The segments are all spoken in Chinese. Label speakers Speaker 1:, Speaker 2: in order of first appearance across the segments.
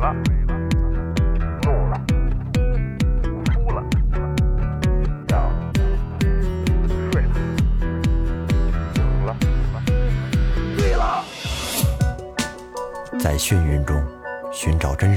Speaker 1: 了，怒了，哭了，笑了，睡了，醒了，醉了。
Speaker 2: 在眩晕中寻找真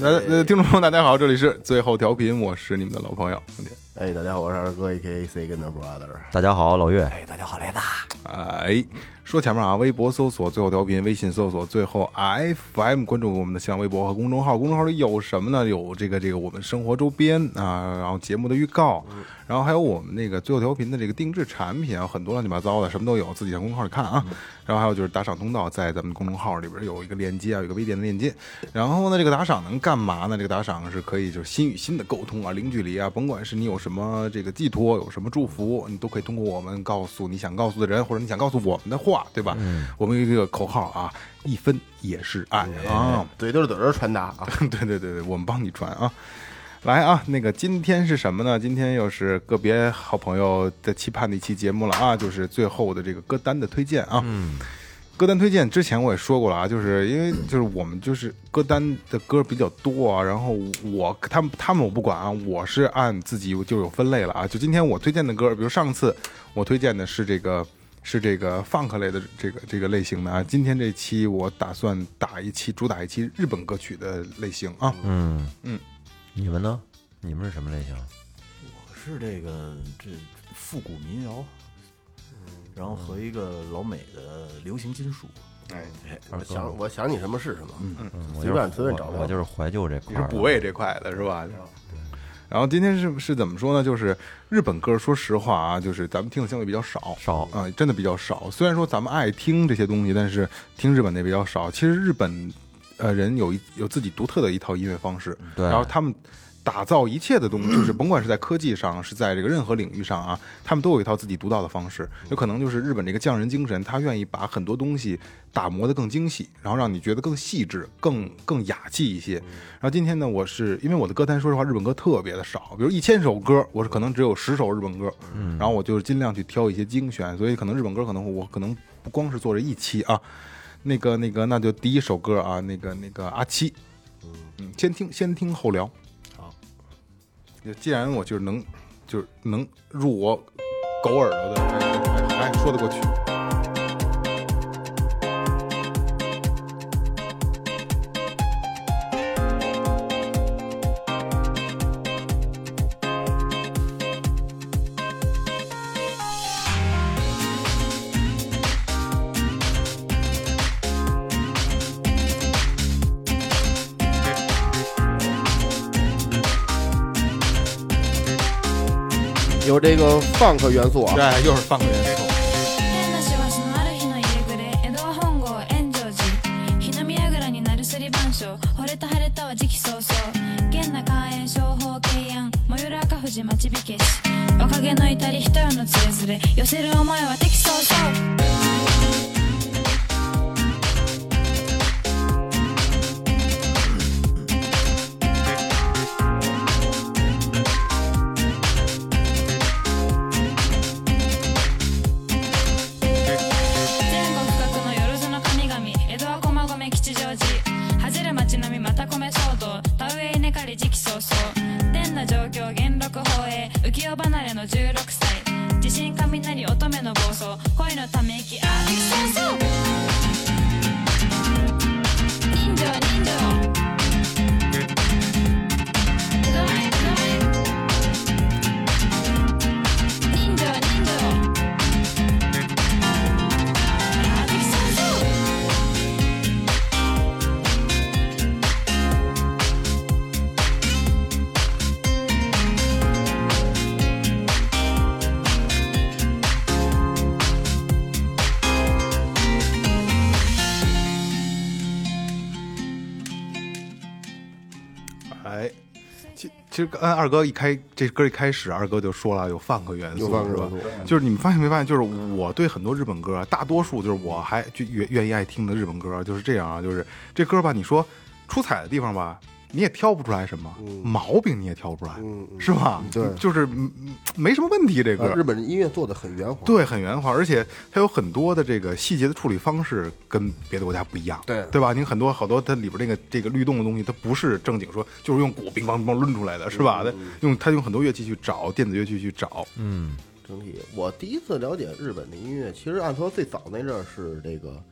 Speaker 3: 呃，呃，听众朋友，大家好，这里是最后调频，我是你们的老朋友兄弟。
Speaker 4: 哎，大家好，我是二哥 A K A C 跟 brother。
Speaker 2: 大家好，老岳。哎，大家好，雷达。
Speaker 3: 哎，说前面啊，微博搜索最后调频，微信搜索最后 FM，关注我们的新浪微博和公众号。公众号里有什么呢？有这个这个我们生活周边啊，然后节目的预告，然后还有我们那个最后调频的这个定制产品，很多乱七八糟的，什么都有，自己上公众号里看啊。然后还有就是打赏通道，在咱们公众号里边有一个链接啊，有一个微店的链接。然后呢，这个打赏能干嘛呢？这个打赏是可以就是心与心的沟通啊，零距离啊，甭管是你有什么这个寄托，有什么祝福，你都可以通过我们告诉你想告诉的人，或者你想告诉我们的话，对吧？我们有一个口号啊，一分也是爱啊。
Speaker 4: 嘴对嘴儿传达啊，
Speaker 3: 对对对对，我们帮你传啊。来啊，那个今天是什么呢？今天又是个别好朋友在期盼的一期节目了啊，就是最后的这个歌单的推荐啊。嗯，歌单推荐之前我也说过了啊，就是因为就是我们就是歌单的歌比较多啊，然后我他们他们我不管啊，我是按自己就有分类了啊。就今天我推荐的歌，比如上次我推荐的是这个。 是这个 funk 类的这个这个类型的啊，今天这期我打算打一期主打一期日本歌曲的类型啊，
Speaker 2: 嗯
Speaker 3: 嗯，
Speaker 2: 你们呢？你们是什么类型？
Speaker 5: 我是这个这复古民谣，然后和一个老美的流行金属。
Speaker 3: 哎，
Speaker 4: 我想我想你什么是什么，嗯
Speaker 2: 嗯我
Speaker 4: 随
Speaker 2: 就是
Speaker 4: 便随便找
Speaker 2: 我我就是怀旧这
Speaker 3: 你
Speaker 2: 块儿
Speaker 3: 是
Speaker 2: 的。嗯
Speaker 3: 补位这块的是吧？然后今天是是怎么说呢？就是日本歌，说实话啊，就是咱们听的相对比较少，
Speaker 2: 少
Speaker 3: 啊、真的比较少。虽然说咱们爱听这些东西，但是听日本的比较少。其实日本呃人有一有自己独特的一套音乐方式，
Speaker 2: 对
Speaker 3: 然后他们打造一切的东西，就是甭管是在科技上，是在这个任何领域上啊，他们都有一套自己独到的方式。有可能就是日本这个匠人精神，他愿意把很多东西打磨得更精细，然后让你觉得更细致、更更雅气一些。然后今天呢，我是因为我的歌单，说实话，日本歌特别的少，比如一千首歌，我是可能只有十首日本歌，然后我就尽量去挑一些精选，所以可能日本歌可能我可能不光是做这一期啊。那个那个，那就第一首歌啊，那个那个阿七，嗯，先听先听后聊。
Speaker 4: 好，
Speaker 3: 既然我就是能，就是能入我狗耳朵的，还还还说得过去。
Speaker 4: 有这个 funk 元素啊，
Speaker 3: 哎对，又是半个元素。
Speaker 6: 変な師走のある日の夕暮れ江戸は本郷炎上寺日の宮倉になるすり番所惚れた晴れたは時期尚早現な肝炎商法敬案最寄る赤富士町火消し若気の至り人よのつれづれ寄せる思いは敵そうそう全国各のよろずの神々江戸は駒込吉祥寺恥じる町並みまた米騒動田植え稲刈り時期尚早天な状況元禄放映浮世離れの16歳地震雷乙女の暴走恋のため息あー時期尚早人情人情江戸前江戸前人情人情あー時期尚早
Speaker 3: 哎，哎，其其实刚才二哥一开这歌一开始，二哥就说了有 funk 元素，
Speaker 4: 有 funk
Speaker 3: 是吧
Speaker 4: 元素？
Speaker 3: 就是你们发现没发现？就是我对很多日本歌啊，大多数就是我还就愿愿意爱听的日本歌啊就是这样啊，就是这歌吧，你说出彩的地方吧。你也挑不出来什么、毛病，你也挑不出来，是吧？
Speaker 4: 嗯对
Speaker 3: 就是嗯没什么问题。这歌、
Speaker 4: 啊日本人音乐做的很圆滑，
Speaker 3: 对，很圆滑，而且它有很多的这个细节的处理方式跟别的国家不一样，
Speaker 4: 对
Speaker 3: 对吧？你很多好多它里边那个这个律动的东西，它不是正经说就是用鼓乒乓乒乓抡出来的，是吧？
Speaker 4: 嗯
Speaker 3: 它用它用很多乐器去找，电子乐器去找，
Speaker 4: 整体，我第一次了解日本的音乐，其实按说最早那阵儿是这个，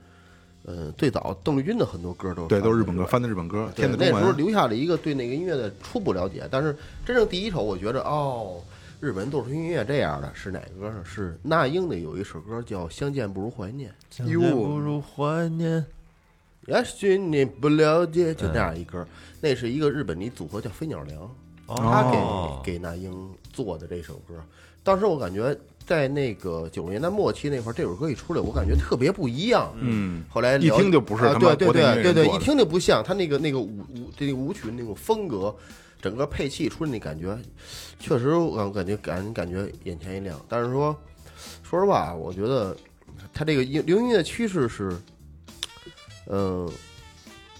Speaker 4: 呃，最早邓丽君的很多歌都
Speaker 3: 对，都是日
Speaker 4: 翻
Speaker 3: 本
Speaker 4: 的
Speaker 3: 歌，翻的日本歌，
Speaker 4: 对
Speaker 3: 天的
Speaker 4: 那
Speaker 3: 中
Speaker 4: 时候
Speaker 3: 文。
Speaker 4: 留下了一个对那个音乐的初步了解，但是真正第一首，我觉得哦，日本人做出音乐这样的是哪个歌呢？是那英的有一首歌叫《相见不如怀念
Speaker 5: 相见不如怀念。》，
Speaker 4: 也许你不了解，就那样一歌，那是一个日本的组合叫飞鸟梁，他给给那英做的这首歌，当时我感觉。在那个九十年代末期那块儿，这首歌一出来，我感觉特别不一样。
Speaker 3: 嗯，
Speaker 4: 后来了
Speaker 3: 一听就不是
Speaker 4: 啊
Speaker 3: 他妈
Speaker 4: 对对
Speaker 3: 国内音乐
Speaker 4: 对对
Speaker 3: 人
Speaker 4: 对，
Speaker 3: 做
Speaker 4: 一
Speaker 3: 的
Speaker 4: 听就不像他那个那个舞舞这个舞曲那种风格，整个配器出来那感觉，确实我感觉感感觉眼前一亮。但是说，说实话，我觉得他这个音流行音乐趋势是，嗯、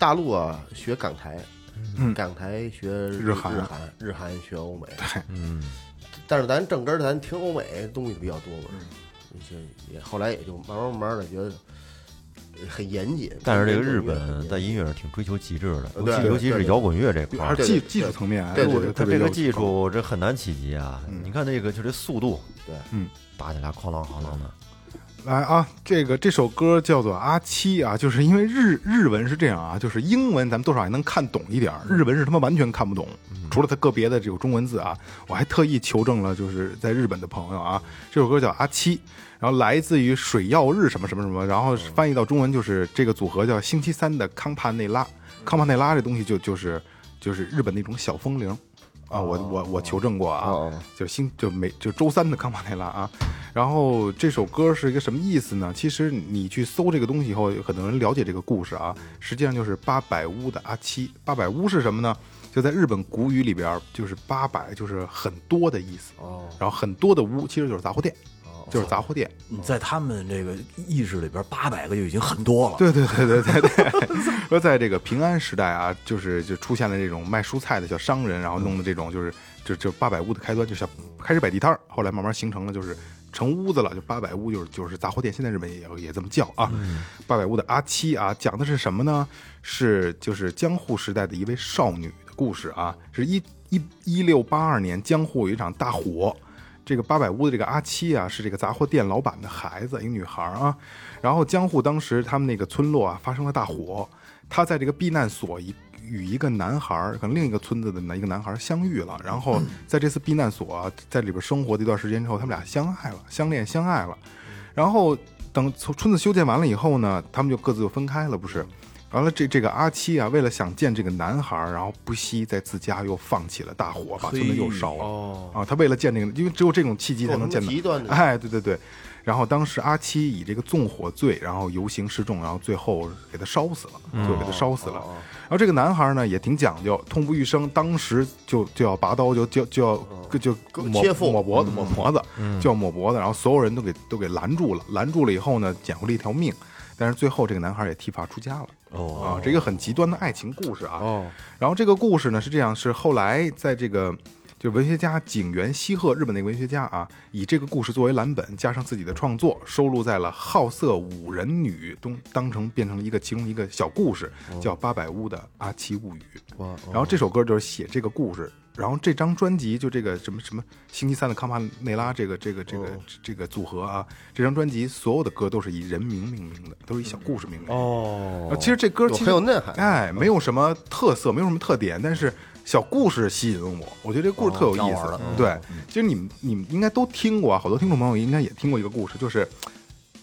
Speaker 4: 大陆啊学港台，
Speaker 3: 嗯
Speaker 4: 港台学
Speaker 3: 日韩啊
Speaker 4: 日韩日韩学欧美，嗯，但是咱正根儿咱听欧美东西比较多嘛，
Speaker 5: 嗯
Speaker 4: 一些也后来也就慢慢慢慢的觉得很严谨。
Speaker 2: 但是这个日
Speaker 4: 很严
Speaker 2: 本
Speaker 4: 谨
Speaker 2: 在音乐上挺追求极致的，
Speaker 4: 对
Speaker 2: 尤其尤其是摇滚乐这块
Speaker 3: 而
Speaker 2: 儿
Speaker 4: 对，
Speaker 3: 技技术层面，
Speaker 4: 对对
Speaker 3: 我觉得
Speaker 2: 它
Speaker 3: 特
Speaker 2: 这
Speaker 3: 别
Speaker 2: 个
Speaker 3: 有
Speaker 2: 技术这很难企及啊。你看这个就这速度，
Speaker 4: 对，
Speaker 3: 嗯，
Speaker 2: 打起来哐啷哐啷的，
Speaker 3: 来啊，这个这首歌叫做《阿七》啊，就是因为日日文是这样啊，就是英文咱们多少还能看懂一点儿，日文是他妈完全看不懂，除了它个别的这个中文字啊，我还特意求证了，就是在日本的朋友啊，这首歌叫《阿七》，然后来自于水曜日什么什么什么，然后翻译到中文就是这个组合叫星期三的康帕内拉，康帕内拉这东西就就是就是日本的一种小风铃啊，我我我求证过啊，
Speaker 4: 哦
Speaker 3: 就是星就每就周三的康帕内拉啊。然后这首歌是一个什么意思呢？其实你去搜这个东西以后，有很多人了解这个故事啊。实际上就是八百屋的阿七。八百屋是什么呢？就在日本古语里边儿，就是八百就是很多的意思。
Speaker 4: 哦
Speaker 3: 然后很多的屋其实就是杂货店，就是杂货店。
Speaker 5: 你在他们这个意识里边，八百个就已经很多了。
Speaker 3: 对对对对对对。 说在这个平安时代啊，就是就出现了这种卖蔬菜的小商人，然后弄的这种就是就就八百屋的开端，就小开始摆地摊儿，后来慢慢形成了就是成屋子了，就八百屋就是就是杂货店，现在日本也也这么叫啊。八百屋的阿七啊，讲的是什么呢？是就是江户时代的一位少女的故事啊，是一一一六八二年江户有一场大火。这个八百屋的这个阿七啊，是这个杂货店老板的孩子，一个女孩儿啊。然后江户当时他们那个村落啊发生了大火，她在这个避难所一与一个男孩儿，可能另一个村子的一个男孩儿相遇了。然后在这次避难所、啊、在里边生活的一段时间之后，他们俩相爱了，相恋相爱了。然后等村村子修建完了以后呢，他们就各自就分开了，不是？完了，这这个阿七啊，为了想见这个男孩儿，然后不惜在自家又放起了大火，把村子又烧了。
Speaker 4: 哦，
Speaker 3: 啊，他为了见这个，因为只有这种契机才能见到
Speaker 4: 够他妈极端的
Speaker 3: 哎，对对对。然后当时阿七以这个纵火罪，然后游行示众，然后最后给他烧死了，就给他烧死
Speaker 4: 哦
Speaker 3: 了。然后这个男孩呢也挺讲究，痛不欲生，当时就就要拔刀，就就就要就就抹
Speaker 4: 嗯切腹
Speaker 3: 抹脖子，抹脖子，就要抹脖子。然后所有人都给都给拦住了，拦住了以后呢，捡回了一条命。但是最后这个男孩也剃发出家了。哦啊，这个很极端的爱情故事啊。
Speaker 4: 哦，
Speaker 3: 然后这个故事呢是这样，是后来在这个就文学家景原西鹤，日本那个文学家啊，以这个故事作为蓝本，加上自己的创作，收录在了《好色五人女》中，当成变成了一个其中一个小故事，叫《八百屋的阿七物语》。然后这首歌就是写这个故事。然后这张专辑就这个什么什么星期三的康帕内拉这个这个这个这个组合啊，这张专辑所有的歌都是以人名命名的，都是以小故事命名的。
Speaker 4: 哦
Speaker 3: 啊，其实这歌
Speaker 4: 有
Speaker 3: 其实
Speaker 4: 很有内涵
Speaker 3: 哎，没有什么特色，没有什么特点，但是小故事吸引我，我觉得这故事特有
Speaker 4: 哦
Speaker 3: 意思。对，其实你们你们应该都听过啊，好多听众朋友应该也听过一个故事，就是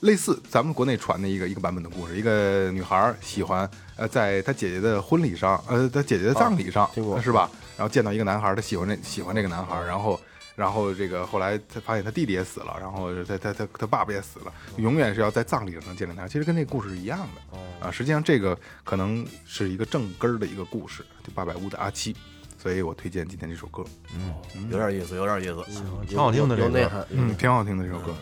Speaker 3: 类似咱们国内传的一个一个版本的故事，一个女孩儿喜欢呃，在她姐姐的婚礼上，呃，她姐姐的葬礼上，
Speaker 4: 哦听过
Speaker 3: 是吧？然后见到一个男孩儿，她喜欢这喜欢这个男孩儿，然后。然后这个后来她发现她弟弟也死了，然后她她她她爸爸也死了，永远是要在葬礼上能见着他。其实跟那个故事是一样的啊，实际上这个可能是一个正根儿的一个故事，就八百屋的阿七。所以我推荐今天这首歌，
Speaker 5: 有点意思，有点意思。
Speaker 4: 有
Speaker 7: 挺好听的
Speaker 4: 有
Speaker 7: 这
Speaker 4: 有
Speaker 7: 个
Speaker 4: 内涵。
Speaker 3: 嗯，挺好听的这首歌。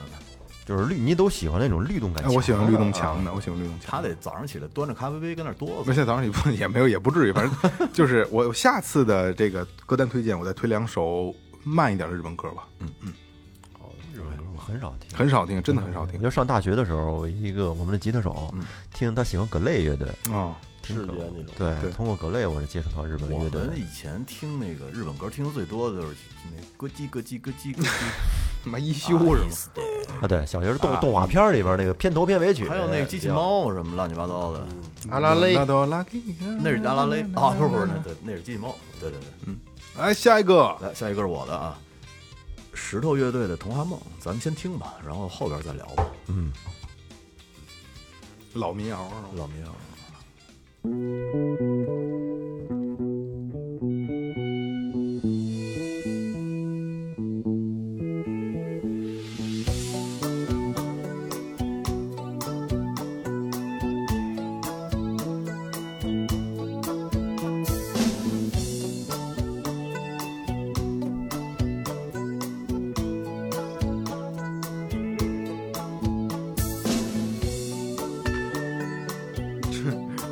Speaker 7: 就是律你都喜欢那种律动感
Speaker 3: 哎，
Speaker 7: 强的。
Speaker 3: 我喜欢律动强的，我喜欢律动强
Speaker 5: 他
Speaker 3: 的。
Speaker 5: 得早上起来端着咖啡杯跟那儿哆
Speaker 3: 没
Speaker 5: 嗦。
Speaker 3: 事，早上你不 也没有也不至于，反正就是我下次的这个歌单推荐，我再推两首慢一点的日本歌吧，
Speaker 7: 日本歌，我很少听。
Speaker 3: 很少听，真的很少听
Speaker 7: 就上大学的时候，我一个我们的吉他手，听他喜欢葛类乐队，
Speaker 3: 啊。
Speaker 7: 听
Speaker 4: 视觉
Speaker 7: 葛
Speaker 4: 那种
Speaker 7: 对，
Speaker 3: 对
Speaker 7: 通过葛类我是接触到日本乐
Speaker 5: 我们
Speaker 7: 队。
Speaker 5: 以前听那个日本歌听的最多的就是那咯叽咯叽咯叽咯叽，
Speaker 3: 他妈一休是吗？
Speaker 7: 啊，对，小学是动动画片儿里边那个片头片尾曲，哎
Speaker 5: 还有那个机器，猫什么乱七八糟的，
Speaker 4: 阿拉蕾
Speaker 3: 那，都拉基
Speaker 5: 那是拉拉蕾啊，不是不是，那对那是机器猫，对对对。
Speaker 3: 哎，下一个，
Speaker 5: 来，下一个是我的啊，石头乐队的《童话梦》，咱们先听吧，然后后边再聊吧。
Speaker 3: 老民谣是吗？
Speaker 5: 老明，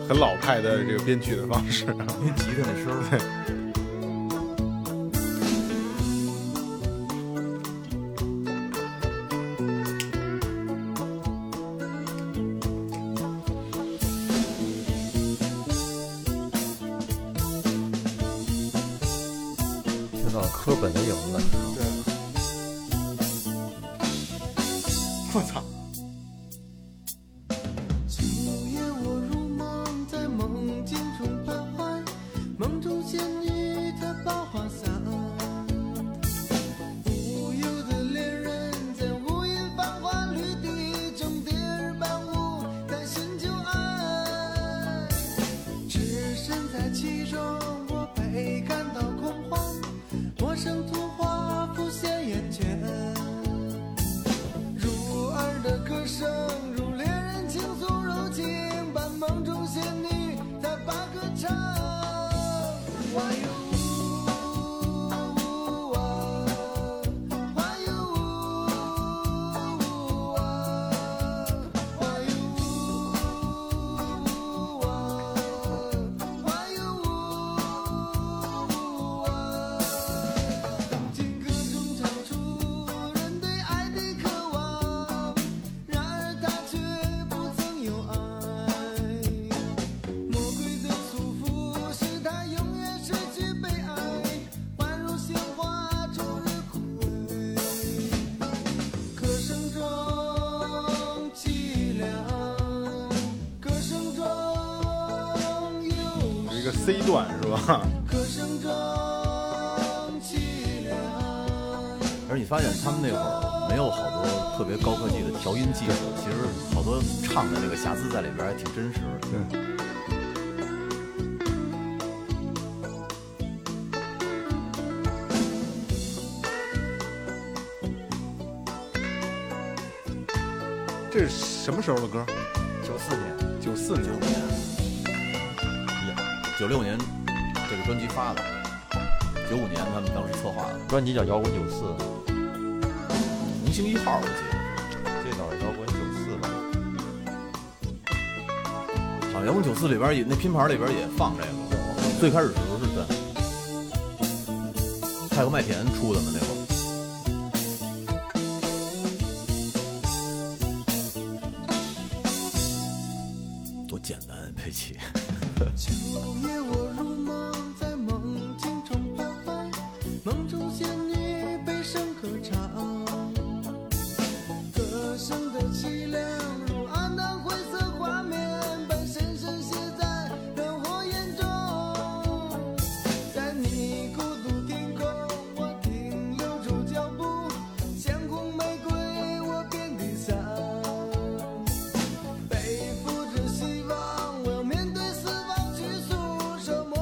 Speaker 3: 很老派的这个编曲的方式。
Speaker 5: 您吉他那声儿，
Speaker 7: 听到科本的影子，
Speaker 3: 我操！
Speaker 8: 今夜我入梦，在梦境中徘徊，梦中仙女她把花伞，无忧的恋人在无垠繁华绿地中蝶儿伴舞，在寻求爱。置身在其中，我倍感到恐慌，陌生图画浮现眼前。入耳的歌声，如恋人倾诉柔情，把梦中仙女她把歌唱。哇啊哟哇，哇哟哇，哇哟哇，哇哟哇。情歌中唱出人对爱的渴望，然而他却不曾有爱。魔鬼的束缚使他永远失去被爱，宛如鲜花终日枯萎。歌声中凄凉，歌声中忧伤。
Speaker 3: 一个 C 段是吧？
Speaker 8: 歌声中凄凉。
Speaker 5: 而你发现他们那会儿没有好多特别高科技的调音技术，其实好多唱的那个瑕疵在里边还挺真实的。
Speaker 3: 这是什么时候的歌？
Speaker 7: 九四年，
Speaker 3: 九四年。
Speaker 5: 九六年这个专辑发的，九五年他们当时策划的
Speaker 7: 专辑叫《摇滚九四》，
Speaker 5: 《红星一号》，我记
Speaker 7: 最早是摇滚九四吧，
Speaker 5: 得好像《摇滚九四》里边也那拼盘里边也放这个。最开始的时候是在太和麦田出的嘛，那会儿。多简单，佩奇。
Speaker 8: 秋夜我入梦，在梦境中徘徊，梦中仙女悲声歌唱，歌声的凄凉如暗淡灰色画面，被深深写在人火眼中。在你孤独天空，我停留住脚步，像红玫瑰，我遍地撒。背负着希望，我要面对死亡去诉说。莫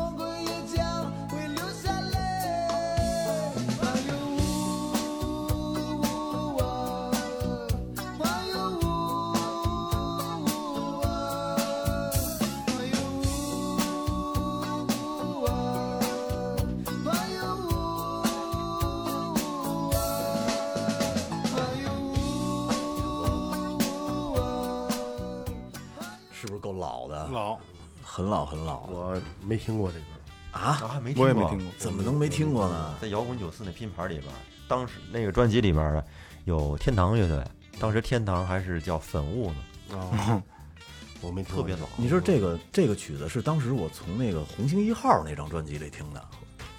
Speaker 5: 很老很老了
Speaker 4: 我没听过这歌、
Speaker 5: 啊，
Speaker 7: 啊，没
Speaker 3: 我也没听过，
Speaker 5: 怎么能没听过呢？
Speaker 7: 在摇滚九四那拼盘里边儿，当时那个专辑里边儿有天堂乐队，当时天堂还是叫粉雾呢，
Speaker 4: 啊，我没听
Speaker 7: 特
Speaker 4: 过
Speaker 7: 别
Speaker 4: 这
Speaker 7: 老
Speaker 4: 个。。
Speaker 5: 你说这个这个曲子是当时我从那个红星一号那张专辑里听的，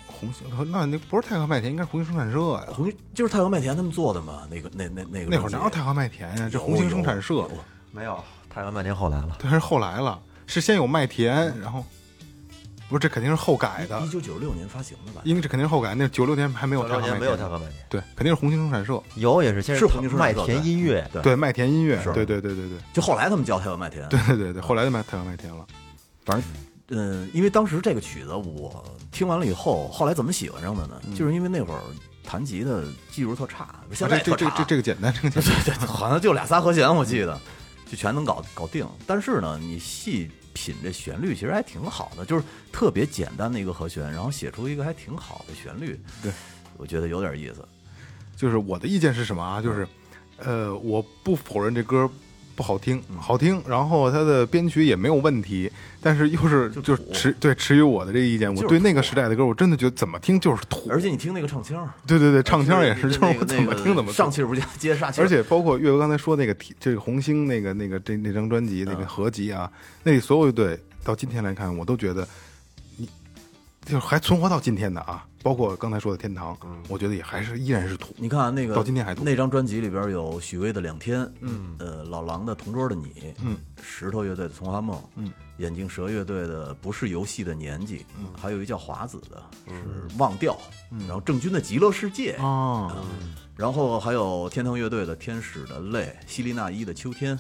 Speaker 3: 红星，那那不是太和麦田，应该是红星生产社呀。
Speaker 5: 红就是太和麦田他们做的嘛，那个那那那个
Speaker 3: 那会儿哪有
Speaker 5: 专辑
Speaker 3: 太和麦田呀？这
Speaker 5: 有
Speaker 3: 红星生产
Speaker 5: 有
Speaker 3: 社，
Speaker 5: 有
Speaker 7: 没有，太阳麦田后来了。
Speaker 3: 但是后来了，是先有麦田，然后不是这肯定是后改的
Speaker 5: 一，九九六年发行的吧？
Speaker 3: 因为这肯定是后改。那九六年还没有太
Speaker 7: 当
Speaker 3: 和
Speaker 7: 年
Speaker 3: 麦
Speaker 7: 没有太
Speaker 3: 田，
Speaker 7: 和麦田，
Speaker 3: 对，肯定是红星生产社，
Speaker 7: 有也是先
Speaker 5: 是
Speaker 7: 太
Speaker 5: 红星生
Speaker 7: 麦
Speaker 5: 产社
Speaker 7: 田
Speaker 5: 对
Speaker 7: 音乐，
Speaker 5: 对
Speaker 3: 对麦田音乐
Speaker 5: 是，
Speaker 3: 对对对对对
Speaker 5: 就后来他们叫太和麦田。
Speaker 3: 对对对对，后来就卖太和麦田了。
Speaker 5: 反正嗯，因为当时这个曲子我听完了以后，后来怎么喜欢上的
Speaker 3: 嗯
Speaker 5: 呢？就是因为那会儿弹吉的技术特差，不是现
Speaker 3: 啊
Speaker 5: 在
Speaker 3: 这这这这这个简单，这个 简单。
Speaker 5: 这这好像就俩仨和弦，我记得就全能搞搞定。但是呢，你细品这旋律其实还挺好的，就是特别简单的一个和弦，然后写出一个还挺好的旋律。
Speaker 3: 对，
Speaker 5: 我觉得有点意思。
Speaker 3: 就是我的意见是什么啊？就是，
Speaker 5: 嗯
Speaker 3: 呃，我不否认这歌不好听，好听，然后它的编曲也没有问题，但是又是
Speaker 5: 就
Speaker 3: 就是
Speaker 5: 土
Speaker 3: 持对持于我的这个意见，
Speaker 5: 就是
Speaker 3: 我对那个时代的歌，我真的觉得怎么听就是土，
Speaker 5: 而且你听那个唱腔儿，
Speaker 3: 对对对，唱腔也是，
Speaker 5: 那
Speaker 3: 就是
Speaker 5: 个
Speaker 3: 我怎么听怎么
Speaker 5: 上
Speaker 3: 上。
Speaker 5: 气不接接着下气儿，
Speaker 3: 而且包括岳哥刚才说那个题，这个红星那个那个这那张专辑那
Speaker 5: 嗯
Speaker 3: 个合集啊，那里所有乐队到今天来看，我都觉得你就是还存活到今天的啊，包括刚才说的天堂，
Speaker 5: 嗯
Speaker 3: 我觉得也还是依然是土。
Speaker 5: 你看啊那个
Speaker 3: 到今天还多
Speaker 5: 那张专辑里边有许巍的《两天》，嗯，呃，老狼的《同桌的你》，嗯，石头乐队的《童话梦》，嗯，眼镜蛇乐队的《不是游戏的年纪》，嗯，还有一叫华子的
Speaker 3: 嗯
Speaker 5: 是《忘掉》，然后郑钧的《极乐世界》，
Speaker 3: 哦，
Speaker 5: 然后还有天堂乐队的《天使的泪》，希利娜伊的《秋天》，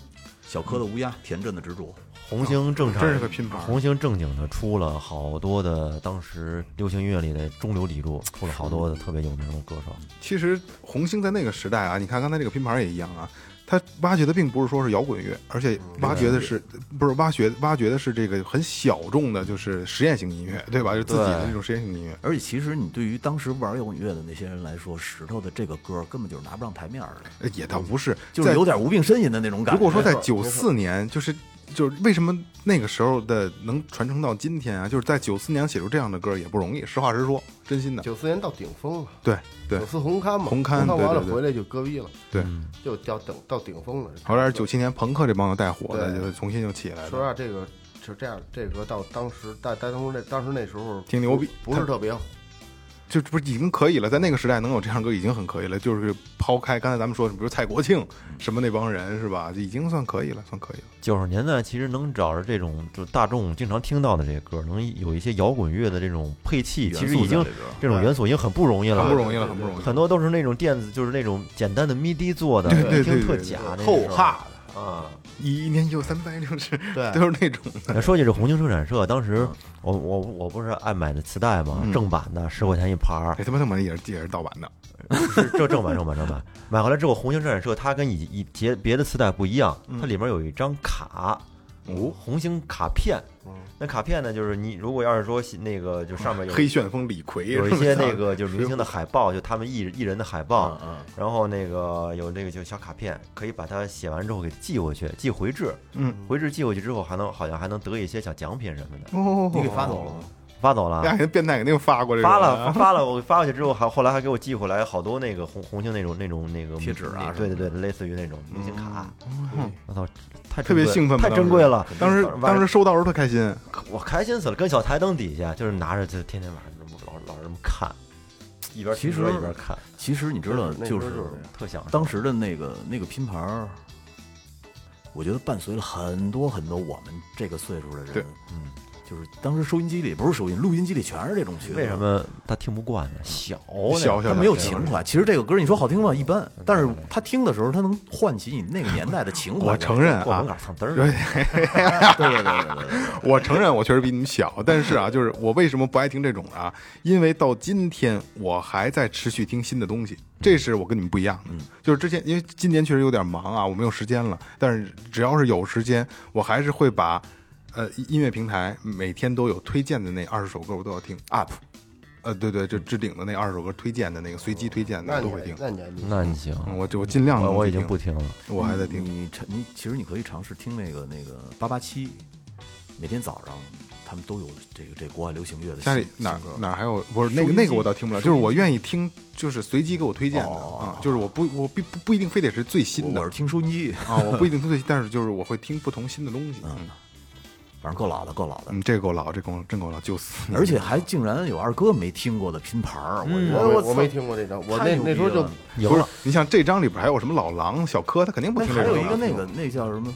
Speaker 5: 小柯的《乌鸦》，田震的《执着》，
Speaker 7: 红星正常，
Speaker 3: 真是个拼盘儿
Speaker 7: 红星正经的出了好多的当时流行音乐里的中流砥柱，出了好多的特别有名的歌手。
Speaker 3: 其实红星在那个时代啊，你看刚才这个拼盘也一样啊，他挖掘的并不是说是摇滚乐，而且挖掘的是
Speaker 5: 嗯
Speaker 3: 不是挖掘挖掘的是这个很小众的，就是实验性音乐，对吧？就是自己的那种实验性音乐。
Speaker 5: 而且其实你对于当时玩摇滚乐的那些人来说，石头的这个歌根本就是拿不上台面儿的，
Speaker 3: 呃也倒不是，
Speaker 5: 嗯就是
Speaker 3: 在
Speaker 5: 有点无病呻吟的那种感觉。
Speaker 3: 如果说在
Speaker 4: 没错
Speaker 3: 九四年，就是就是为什么那个时候的能传承到今天啊，就是在九四年写出这样的歌也不容易，实话实说，真心的。
Speaker 4: 九四年到顶峰了，
Speaker 3: 对对
Speaker 4: 九，四红勘嘛，
Speaker 3: 红勘对
Speaker 4: 完了
Speaker 3: 对对
Speaker 4: 回来就戈壁了，
Speaker 3: 对，
Speaker 5: 嗯
Speaker 4: 就到顶到顶峰了。
Speaker 3: 后来是九七年朋克这帮子带火的，
Speaker 4: 对
Speaker 3: 就重新就起来
Speaker 4: 说实
Speaker 3: 了。
Speaker 4: 话，这个是这样，这个到当时在在当时那当时那时候
Speaker 3: 挺牛逼
Speaker 4: 不不是特别火
Speaker 3: 就不是已经可以了，在那个时代能有这样歌已经很可以了。就是抛开刚才咱们说的，比如蔡国庆什么那帮人是吧，就已经算可以了，算可以了。
Speaker 7: 九十年代其实能找着这种就大众经常听到的这些歌，能有一些摇滚乐的这种配器，其实已经这种元素已经很不容易了，
Speaker 3: 很不容易了，很不容易。
Speaker 7: 很多都是那种电子，就是那种简单的 MIDI 做的，
Speaker 3: 对对对
Speaker 7: 听特
Speaker 3: 对对
Speaker 7: 假那
Speaker 4: 后
Speaker 7: 种
Speaker 4: 怕
Speaker 7: 啊。
Speaker 3: 一一年就三百六十，
Speaker 4: 对
Speaker 3: 都是那种 的。
Speaker 7: 哎说起这红星生产社，当
Speaker 3: 嗯
Speaker 7: 时我我我不是爱买的磁带嘛，正版的十块钱一盘儿，
Speaker 3: 哎，他妈他妈也是也是盗版的，
Speaker 7: 是这正版正版正版。买回来之后，红星生产社它跟以以别别的磁带不一样，
Speaker 3: 嗯
Speaker 7: 它里面有一张卡，
Speaker 3: 哦
Speaker 7: 红星卡片。
Speaker 3: 嗯
Speaker 7: 那卡片呢，就是你如果要是说那个就上面有
Speaker 3: 黑旋风李逵
Speaker 7: 有一些那 个就是明星的海报，就他们艺艺人的海报，
Speaker 3: 嗯
Speaker 7: 然后那个有这个就小卡片，可以把它写完之后给寄回去，寄回制，
Speaker 3: 嗯，
Speaker 7: 回制寄回去之后还能好像还能得一些小奖品什么的，
Speaker 3: 哦，
Speaker 5: 你给发走了吗？
Speaker 7: 发走了。啊
Speaker 3: 俩人哎变态肯定发过这种
Speaker 7: 发
Speaker 3: 啊
Speaker 7: 了发了，我发过去之后，还后来还给我寄回来好多那个红红星那种那种那个
Speaker 5: 贴纸啊
Speaker 7: 那对对对，类似于那种明星卡。我操，太
Speaker 3: 特别
Speaker 7: 珍贵
Speaker 3: 兴奋吧
Speaker 7: 太
Speaker 3: 当时
Speaker 7: 珍贵了。
Speaker 3: 当时
Speaker 7: 晚
Speaker 3: 当时收到时候特开心，
Speaker 7: 我开心死了，跟小台灯底下就是拿着，就天天晚上这么老老是这么看，一边听
Speaker 5: 其实
Speaker 7: 歌一边看，
Speaker 5: 其实你知道，
Speaker 4: 那
Speaker 5: 就
Speaker 4: 时候就
Speaker 5: 是
Speaker 4: 是这样
Speaker 7: 特享受。
Speaker 5: 当时的那个那个拼盘儿，我觉得伴随了很多很多我们这个岁数的
Speaker 3: 对
Speaker 5: 人，嗯，就是当时收音机里不是收音，录音机里全是这种曲子。
Speaker 7: 为什？么他听不惯呢？小
Speaker 3: 小小嗯
Speaker 5: 他没有情怀。其实这个歌你说好听吗？一般，但是他听的时候，他能唤起你那个年代的情 怀。
Speaker 3: 我承认
Speaker 7: 过门
Speaker 3: 啊
Speaker 7: 槛，唱嘚儿，
Speaker 5: 对对对对对，
Speaker 3: 我承认我确实比你们小，但是啊，就是我为什么不爱听这种的啊？因为到今天我还在持续听新的东西，这是我跟你们不一样的。就是之前因为今年确实有点忙啊，我没有时间了，但是只要是有时间，我还是会把呃音乐平台每天都有推荐的那二十首歌我都要听 up。呃，对对，就置顶的那二十首歌推荐的那个随机推荐的
Speaker 4: 那
Speaker 3: 我
Speaker 4: 你
Speaker 3: 都会
Speaker 4: 还
Speaker 3: 听，
Speaker 4: 那你还厉害
Speaker 7: 那你行，
Speaker 3: 嗯我就我尽量
Speaker 7: 我
Speaker 3: 能
Speaker 7: 我
Speaker 3: 去
Speaker 7: 已经
Speaker 3: 听
Speaker 7: 不听了。
Speaker 3: 我还在听。
Speaker 5: 你尝你其实你可以尝试听那个那个八八七，每天早上他们都有这个这国外流行乐的
Speaker 3: 家里
Speaker 5: 新
Speaker 3: 哪
Speaker 5: 新歌
Speaker 3: 哪还有不是那个那个我倒听不了，就是我愿意听，就是随机给我推荐的啊，就是我不我不不不一定非得是最新
Speaker 5: 我
Speaker 3: 的
Speaker 5: 是听收音机，
Speaker 3: 啊，我不一定最，但是就是我会听不同新的东西。嗯
Speaker 5: 反正够老的，够老的。
Speaker 3: 嗯，这个够老，这够真够老，九四 年
Speaker 5: 而且还竟然有二哥没听过的拼盘儿，我觉得
Speaker 4: 嗯我
Speaker 5: 操
Speaker 4: 我没听过这张，我
Speaker 5: 太
Speaker 4: 那
Speaker 5: 牛逼
Speaker 4: 那时候就
Speaker 5: 了
Speaker 7: 赢
Speaker 3: 不是
Speaker 7: 了，
Speaker 3: 你像这张里边还有什么老狼、小柯，他肯定不
Speaker 5: 那
Speaker 3: 听
Speaker 5: 还
Speaker 3: 这
Speaker 5: 有一个
Speaker 3: 个。
Speaker 5: 那个那叫什么？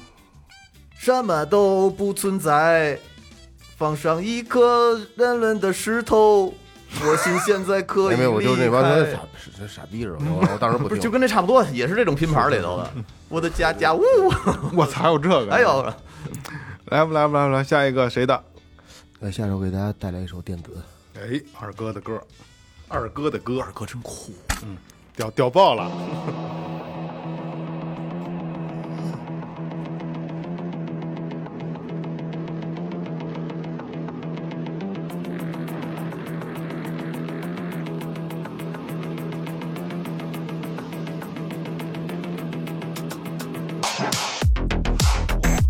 Speaker 5: 什么都不存在，放上一颗软软的石头，我心现在可
Speaker 4: 没
Speaker 5: 以
Speaker 4: 没有，我就是那
Speaker 5: 离
Speaker 4: 帮
Speaker 5: 开
Speaker 4: 他傻是傻逼似的，我我当 时不
Speaker 5: 不是
Speaker 4: 听。
Speaker 5: 就跟这差不多，也是这种拼盘里头的。我的家家哎屋，
Speaker 3: 我操，还有这个！
Speaker 5: 还，有
Speaker 3: 来不来不来不来，下一个谁的？
Speaker 4: 那下首给大家带来一首电子，
Speaker 3: 哎，二哥的歌，二哥的歌，
Speaker 5: 二哥真酷，
Speaker 3: 屌屌爆了！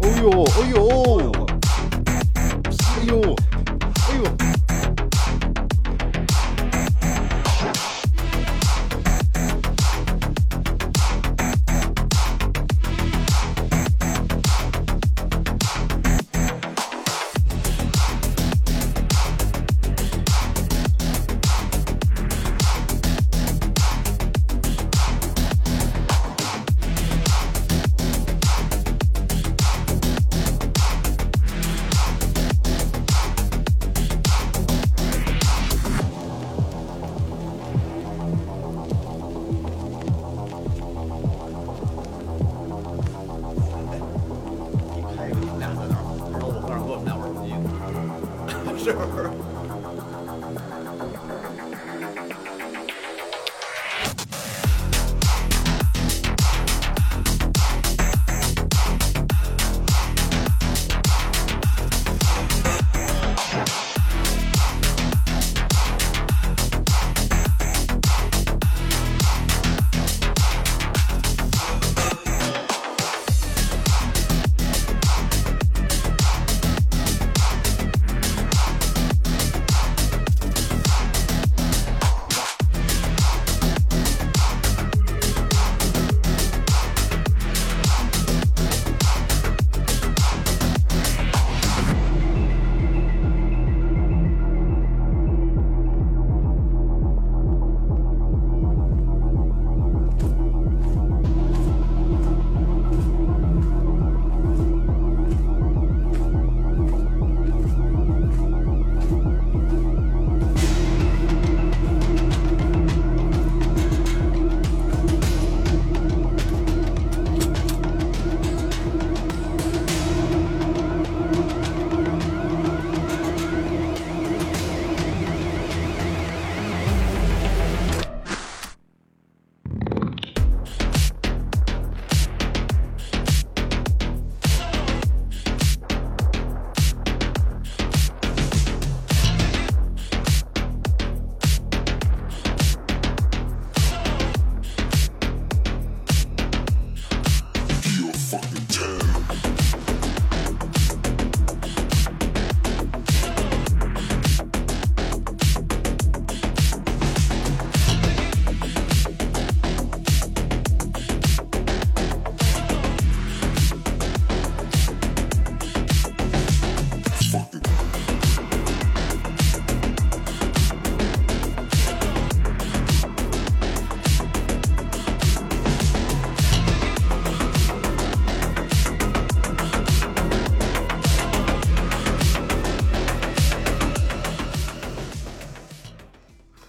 Speaker 3: 哎呦哎呦哎呦哎呦！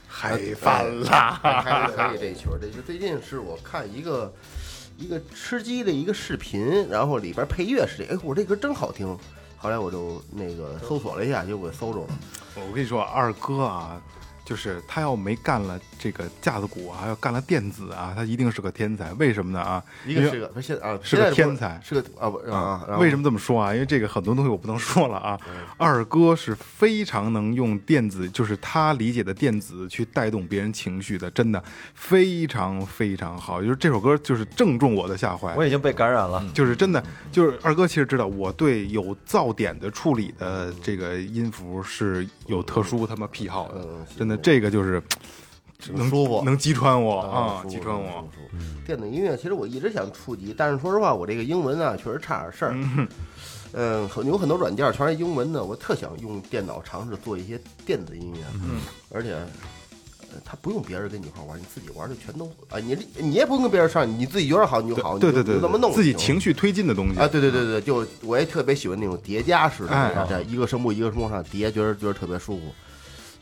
Speaker 3: 嗨翻了！
Speaker 4: 还是哎可以这一曲儿，这是最近是我看一个一个吃鸡的一个视频，然后里边配乐是这，哎，我这歌真好听。后来我就那个搜索了一下，就给搜着了。
Speaker 3: 我跟你说，二哥啊，就是他要没干了这个架子鼓啊，要干了电子啊，他一定是个天才。为什么呢啊？
Speaker 4: 一
Speaker 3: 因为
Speaker 4: 个是个，不是现在啊，
Speaker 3: 是
Speaker 4: 现在
Speaker 3: 个
Speaker 4: 不
Speaker 3: 天才
Speaker 4: 是个啊不啊啊，
Speaker 3: 为什
Speaker 4: 么？
Speaker 3: 么这么说啊？因为这个很多东西我不能说了啊。二哥
Speaker 4: 嗯
Speaker 3: 是非常能用电子，就是他理解的电子去带动别人情绪的，真的非常非常好。就是这首歌就是正中我的下怀。
Speaker 7: 我已经被感染了。
Speaker 3: 就是真的，
Speaker 4: 嗯
Speaker 3: 就是二哥其实知道我对有噪点的处理的这个音符是有特殊他妈癖好
Speaker 4: 嗯
Speaker 3: 的，真的这个就是能
Speaker 4: 舒服
Speaker 3: 能击穿我啊，
Speaker 4: 嗯
Speaker 3: 击穿我。。
Speaker 4: 舒服舒服电子音乐其实我一直想触及，但是说实话，我这个英文啊确实差点事儿。 嗯，很有很多软件全是英文的，我特想用电脑尝试做一些电子音乐。嗯，而且。呃它不用别人跟你一块玩，你自己玩就全都啊，你你也不用跟别人上，你自己觉得好你就好，
Speaker 3: 对
Speaker 4: 你
Speaker 3: 对
Speaker 4: 就
Speaker 3: 对
Speaker 4: 你就这么弄
Speaker 3: 对，
Speaker 4: 就
Speaker 3: 自己
Speaker 4: 行了
Speaker 3: 情绪推进的东西
Speaker 4: 啊，对对对对，就我也特别喜欢那种叠加式的，
Speaker 3: 哎
Speaker 4: 这一个声部一个声部往上叠，觉得觉得特别舒服。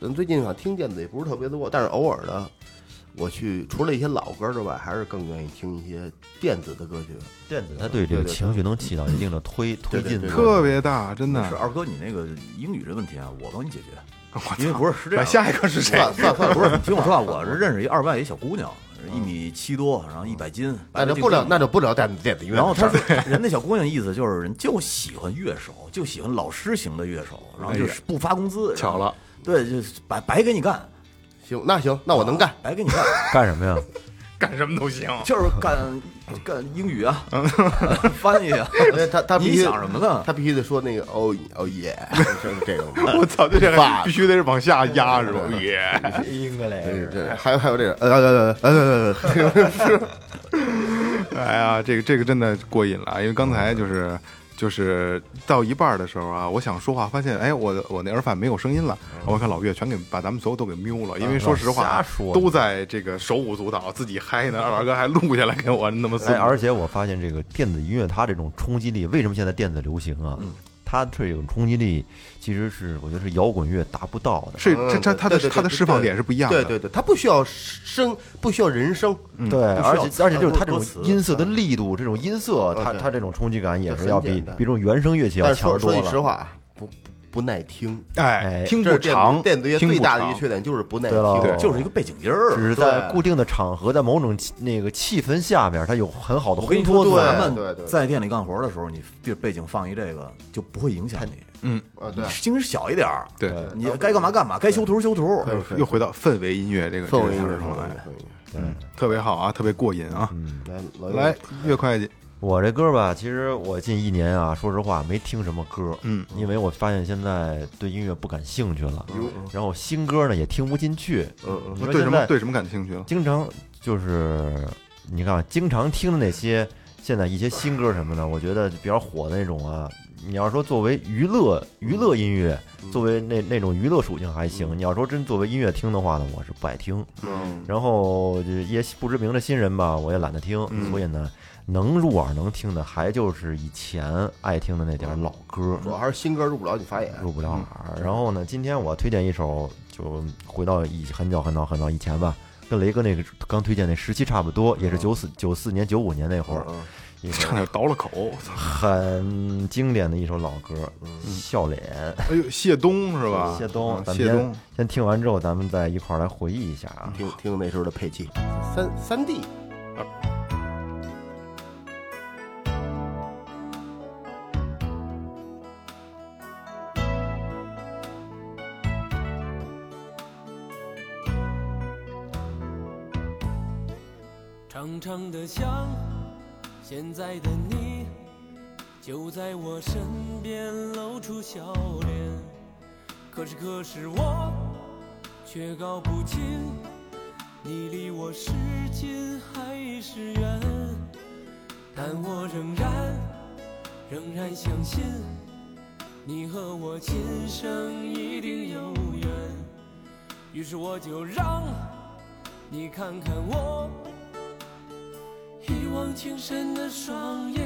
Speaker 4: 嗯，最近好像听电子也不是特别多，但是偶尔的，我去除了一些老歌之外，还是更愿意听一些电子的歌曲。
Speaker 7: 电子它对这
Speaker 4: 对
Speaker 7: 个
Speaker 4: 对对
Speaker 7: 情绪能起到一定的推推
Speaker 4: 对对
Speaker 7: 进
Speaker 4: 对
Speaker 7: 作用，
Speaker 3: 特别大，真的啊
Speaker 5: 是。二哥，你那个英语这问题啊，我帮你解决。
Speaker 3: 我
Speaker 5: 因为
Speaker 3: 操
Speaker 5: 不是是这
Speaker 3: 来
Speaker 5: 样，
Speaker 3: 哎下一个是谁？
Speaker 5: 哎
Speaker 4: 算算 算，
Speaker 5: 不是，你听我说啊，我是认识一二外一小姑娘，一米七多，然后一百斤，
Speaker 4: 那
Speaker 5: 白
Speaker 4: 就
Speaker 5: 净
Speaker 4: 不聊，
Speaker 5: 净
Speaker 4: 那就不聊电子电子音乐了。
Speaker 5: 然后他说，人那小姑娘意思就是人就喜欢乐手，就喜欢老师型的乐手，然后就
Speaker 3: 哎呀
Speaker 5: 是不发工资。
Speaker 3: 巧了，
Speaker 5: 对，就是白白给你干，
Speaker 4: 行，那行，那我能干。
Speaker 5: 白给你干，
Speaker 7: 干什么呀？
Speaker 3: 干什么都 行。
Speaker 5: 就是干干英语啊，翻译啊。
Speaker 4: 因为他他必
Speaker 5: 你
Speaker 4: 须
Speaker 5: 想什么呢？
Speaker 4: 他必须得说那个哦哦耶，就是这种。
Speaker 3: 我操，这
Speaker 4: 哇
Speaker 3: 个必须得是往下压是吧？哎耶，
Speaker 7: 英格雷
Speaker 4: 对对，还有还有这个呃呃呃呃呃呃 呃，
Speaker 3: 哎呀，这个这个真的过瘾了，因为刚才就是就是到一半儿的时候啊，我想说话，发现哎，我的我那耳返没有声音了，我看老岳全给把咱们所有都给瞄了，因为说实话
Speaker 7: 瞎
Speaker 3: 啊
Speaker 7: 说
Speaker 3: 都在这个手舞足蹈，自己嗨呢，二哥还录下来给我那么
Speaker 7: 哎，
Speaker 3: 送，
Speaker 7: 而且我发现这个电子音乐它这种冲击力，为什么现在电子流行啊？它这种冲击力其实是我觉得是摇滚乐达不到的。
Speaker 3: 是这这他的
Speaker 4: 嗯对对对
Speaker 3: 他的释放点是不一样的，
Speaker 4: 对对对，他不需要声，不需要人声，
Speaker 7: 对，而
Speaker 5: 要
Speaker 7: 且而且就是它这
Speaker 5: 歌
Speaker 7: 种
Speaker 5: 词
Speaker 7: 音色的力度，这种音色，它
Speaker 4: OK
Speaker 7: 它这种冲击感也
Speaker 4: 这
Speaker 7: 哦是
Speaker 4: 很
Speaker 7: 要比
Speaker 4: 简
Speaker 7: 比
Speaker 4: 单
Speaker 7: 这种原声乐器要
Speaker 4: 但是
Speaker 7: 强
Speaker 4: 说
Speaker 7: 多
Speaker 4: 说
Speaker 7: 了。
Speaker 4: 句实话啊，不不不耐听，
Speaker 3: 哎，
Speaker 7: 哎
Speaker 3: 听
Speaker 4: 这
Speaker 3: 不
Speaker 4: 是电
Speaker 3: 长，
Speaker 4: 子电子乐
Speaker 3: 听
Speaker 4: 最
Speaker 3: 不
Speaker 4: 大的一
Speaker 3: 长
Speaker 4: 个缺点就是不耐
Speaker 7: 对了
Speaker 4: 听
Speaker 7: 对。
Speaker 5: 就是一个背景音儿。
Speaker 7: 只是在
Speaker 4: 对
Speaker 7: 固定的场合，在某种气那个气氛下面，它有很好的
Speaker 5: 我跟
Speaker 7: 烘
Speaker 5: 你说，
Speaker 7: 托作
Speaker 4: 对
Speaker 5: 咱
Speaker 7: 用。
Speaker 4: 对对
Speaker 5: 们在店里干活的时候，你背背景放一这个就不会影响你。
Speaker 4: 啊，对
Speaker 5: 你声音小一点儿，
Speaker 3: 对，
Speaker 4: 呃
Speaker 5: 你该干嘛干嘛，该修图修图。
Speaker 4: 对
Speaker 3: 又回到氛围音乐这个
Speaker 4: 氛围
Speaker 3: 这
Speaker 4: 音
Speaker 3: 个词
Speaker 4: 乐嗯
Speaker 3: 儿上来，
Speaker 4: 氛围音乐
Speaker 3: 特别好啊，特别过瘾啊！
Speaker 4: 来老岳
Speaker 3: 来，岳会计，
Speaker 7: 我这歌吧，其实我近一年啊，说实话没听什么歌，
Speaker 3: 嗯，
Speaker 7: 因为我发现现在对音乐不感兴趣了，
Speaker 3: 嗯
Speaker 7: 然后新歌呢也听不进去，
Speaker 4: 嗯嗯，
Speaker 7: 你说
Speaker 3: 对什
Speaker 7: 现
Speaker 3: 么
Speaker 7: 在
Speaker 3: 对什么感兴趣了？
Speaker 7: 经常就是你看啊，经常听的那些现在一些新歌什么的，我觉得比较火的那种啊，你要说作为娱乐娱乐音乐，
Speaker 3: 嗯
Speaker 7: 作为那那种娱乐属性还行，你要说真作为音乐听的话呢，我是不爱听。
Speaker 4: 嗯
Speaker 7: 然后就是一些不知名的新人吧，我也懒得听，所以呢，能入耳能听的还就是以前爱听的那点儿老歌，
Speaker 4: 主要还是新歌入不了你法眼，
Speaker 7: 入不了耳。然后呢，今天我推荐一首，就回到以很早很早很早以前吧，跟雷哥那个刚推荐那时期差不多，也是九四九四年九五年那会儿，
Speaker 4: 嗯
Speaker 7: 一
Speaker 3: 差
Speaker 7: 首
Speaker 3: 点倒了口，我操！
Speaker 7: 很经典的一首老歌，《笑脸
Speaker 3: 哎呦，谢东是吧？》。
Speaker 7: 谢东，
Speaker 3: 嗯
Speaker 7: 咱们
Speaker 3: 谢东
Speaker 7: 先，先听完之后，咱们再一块儿来回忆一下啊。
Speaker 4: 听听那时候的配器，三三 D，
Speaker 9: 长长的想，现在的你就在我身边，露出笑脸。可是可是我却搞不清，你离我是近还是远。但我仍然仍然相信，你和我今生一定有缘。于是我就让你看看我。一往情深的双眼。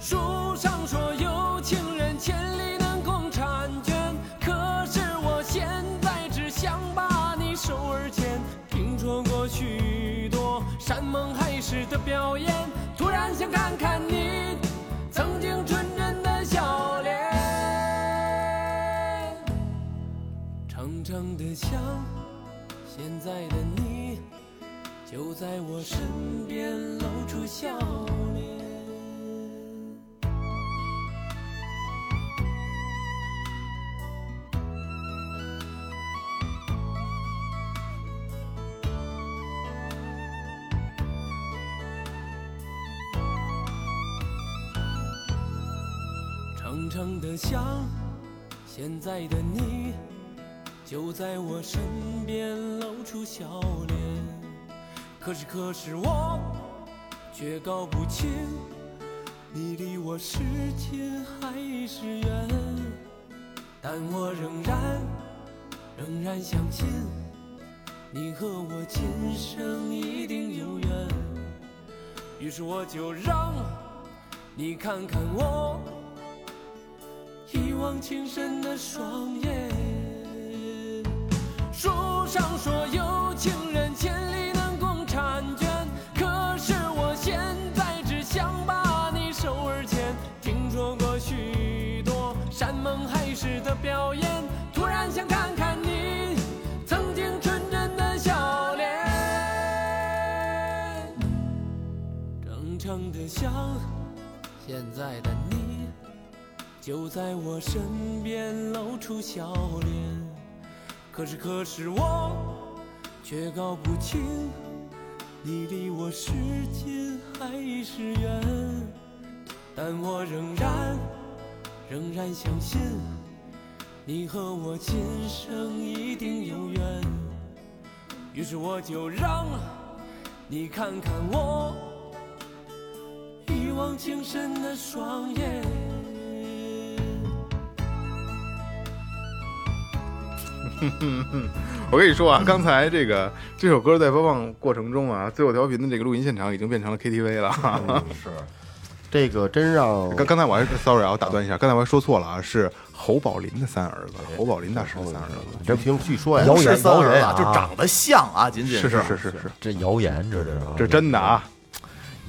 Speaker 9: 书上说有情人千里能共婵娟，可是我现在只想把你手儿牵。听说过许多山盟海誓的表演，突然想看看你曾经纯真的笑脸。长长的想，现在的你就在我身边，露出笑脸。常常的想，现在的你就在我身边，露出笑脸。可是可是我却搞不清，你离我是近还是远。但我仍然仍然相信，你和我今生一定有缘。于是我就让你看看我。一往情深的双眼。书上说有情人千里能共婵娟，可是我现在只想把你手儿牵。听说过许多山盟海誓的表演，突然想看看你曾经纯真的笑脸。长长的想，现在的你。就在我身边露出笑脸。可是可是我却搞不清，你离我是近还是远。但我仍然仍然相信，你和我今生一定有缘。于是我就让你看看我一往情深的双眼。
Speaker 3: 我跟你说啊，刚才这个这首歌在播放过程中啊，最后调频的这个录音现场已经变成了啊 KTV 了。
Speaker 4: 这个真让
Speaker 3: 嗯 刚刚才我还 sorry 啊，我打断一下，刚才我还说错了啊，是侯宝林的三儿子，侯宝林大师的三儿子。
Speaker 4: 真听据说呀，
Speaker 7: 谣
Speaker 5: 不是
Speaker 7: 言
Speaker 5: 三
Speaker 7: 谣
Speaker 5: 儿
Speaker 7: 言
Speaker 5: 子，就
Speaker 7: 啊，
Speaker 5: 长得像啊，仅仅
Speaker 3: 是是是是是，
Speaker 7: 这谣言，这是啊
Speaker 3: 这真的啊，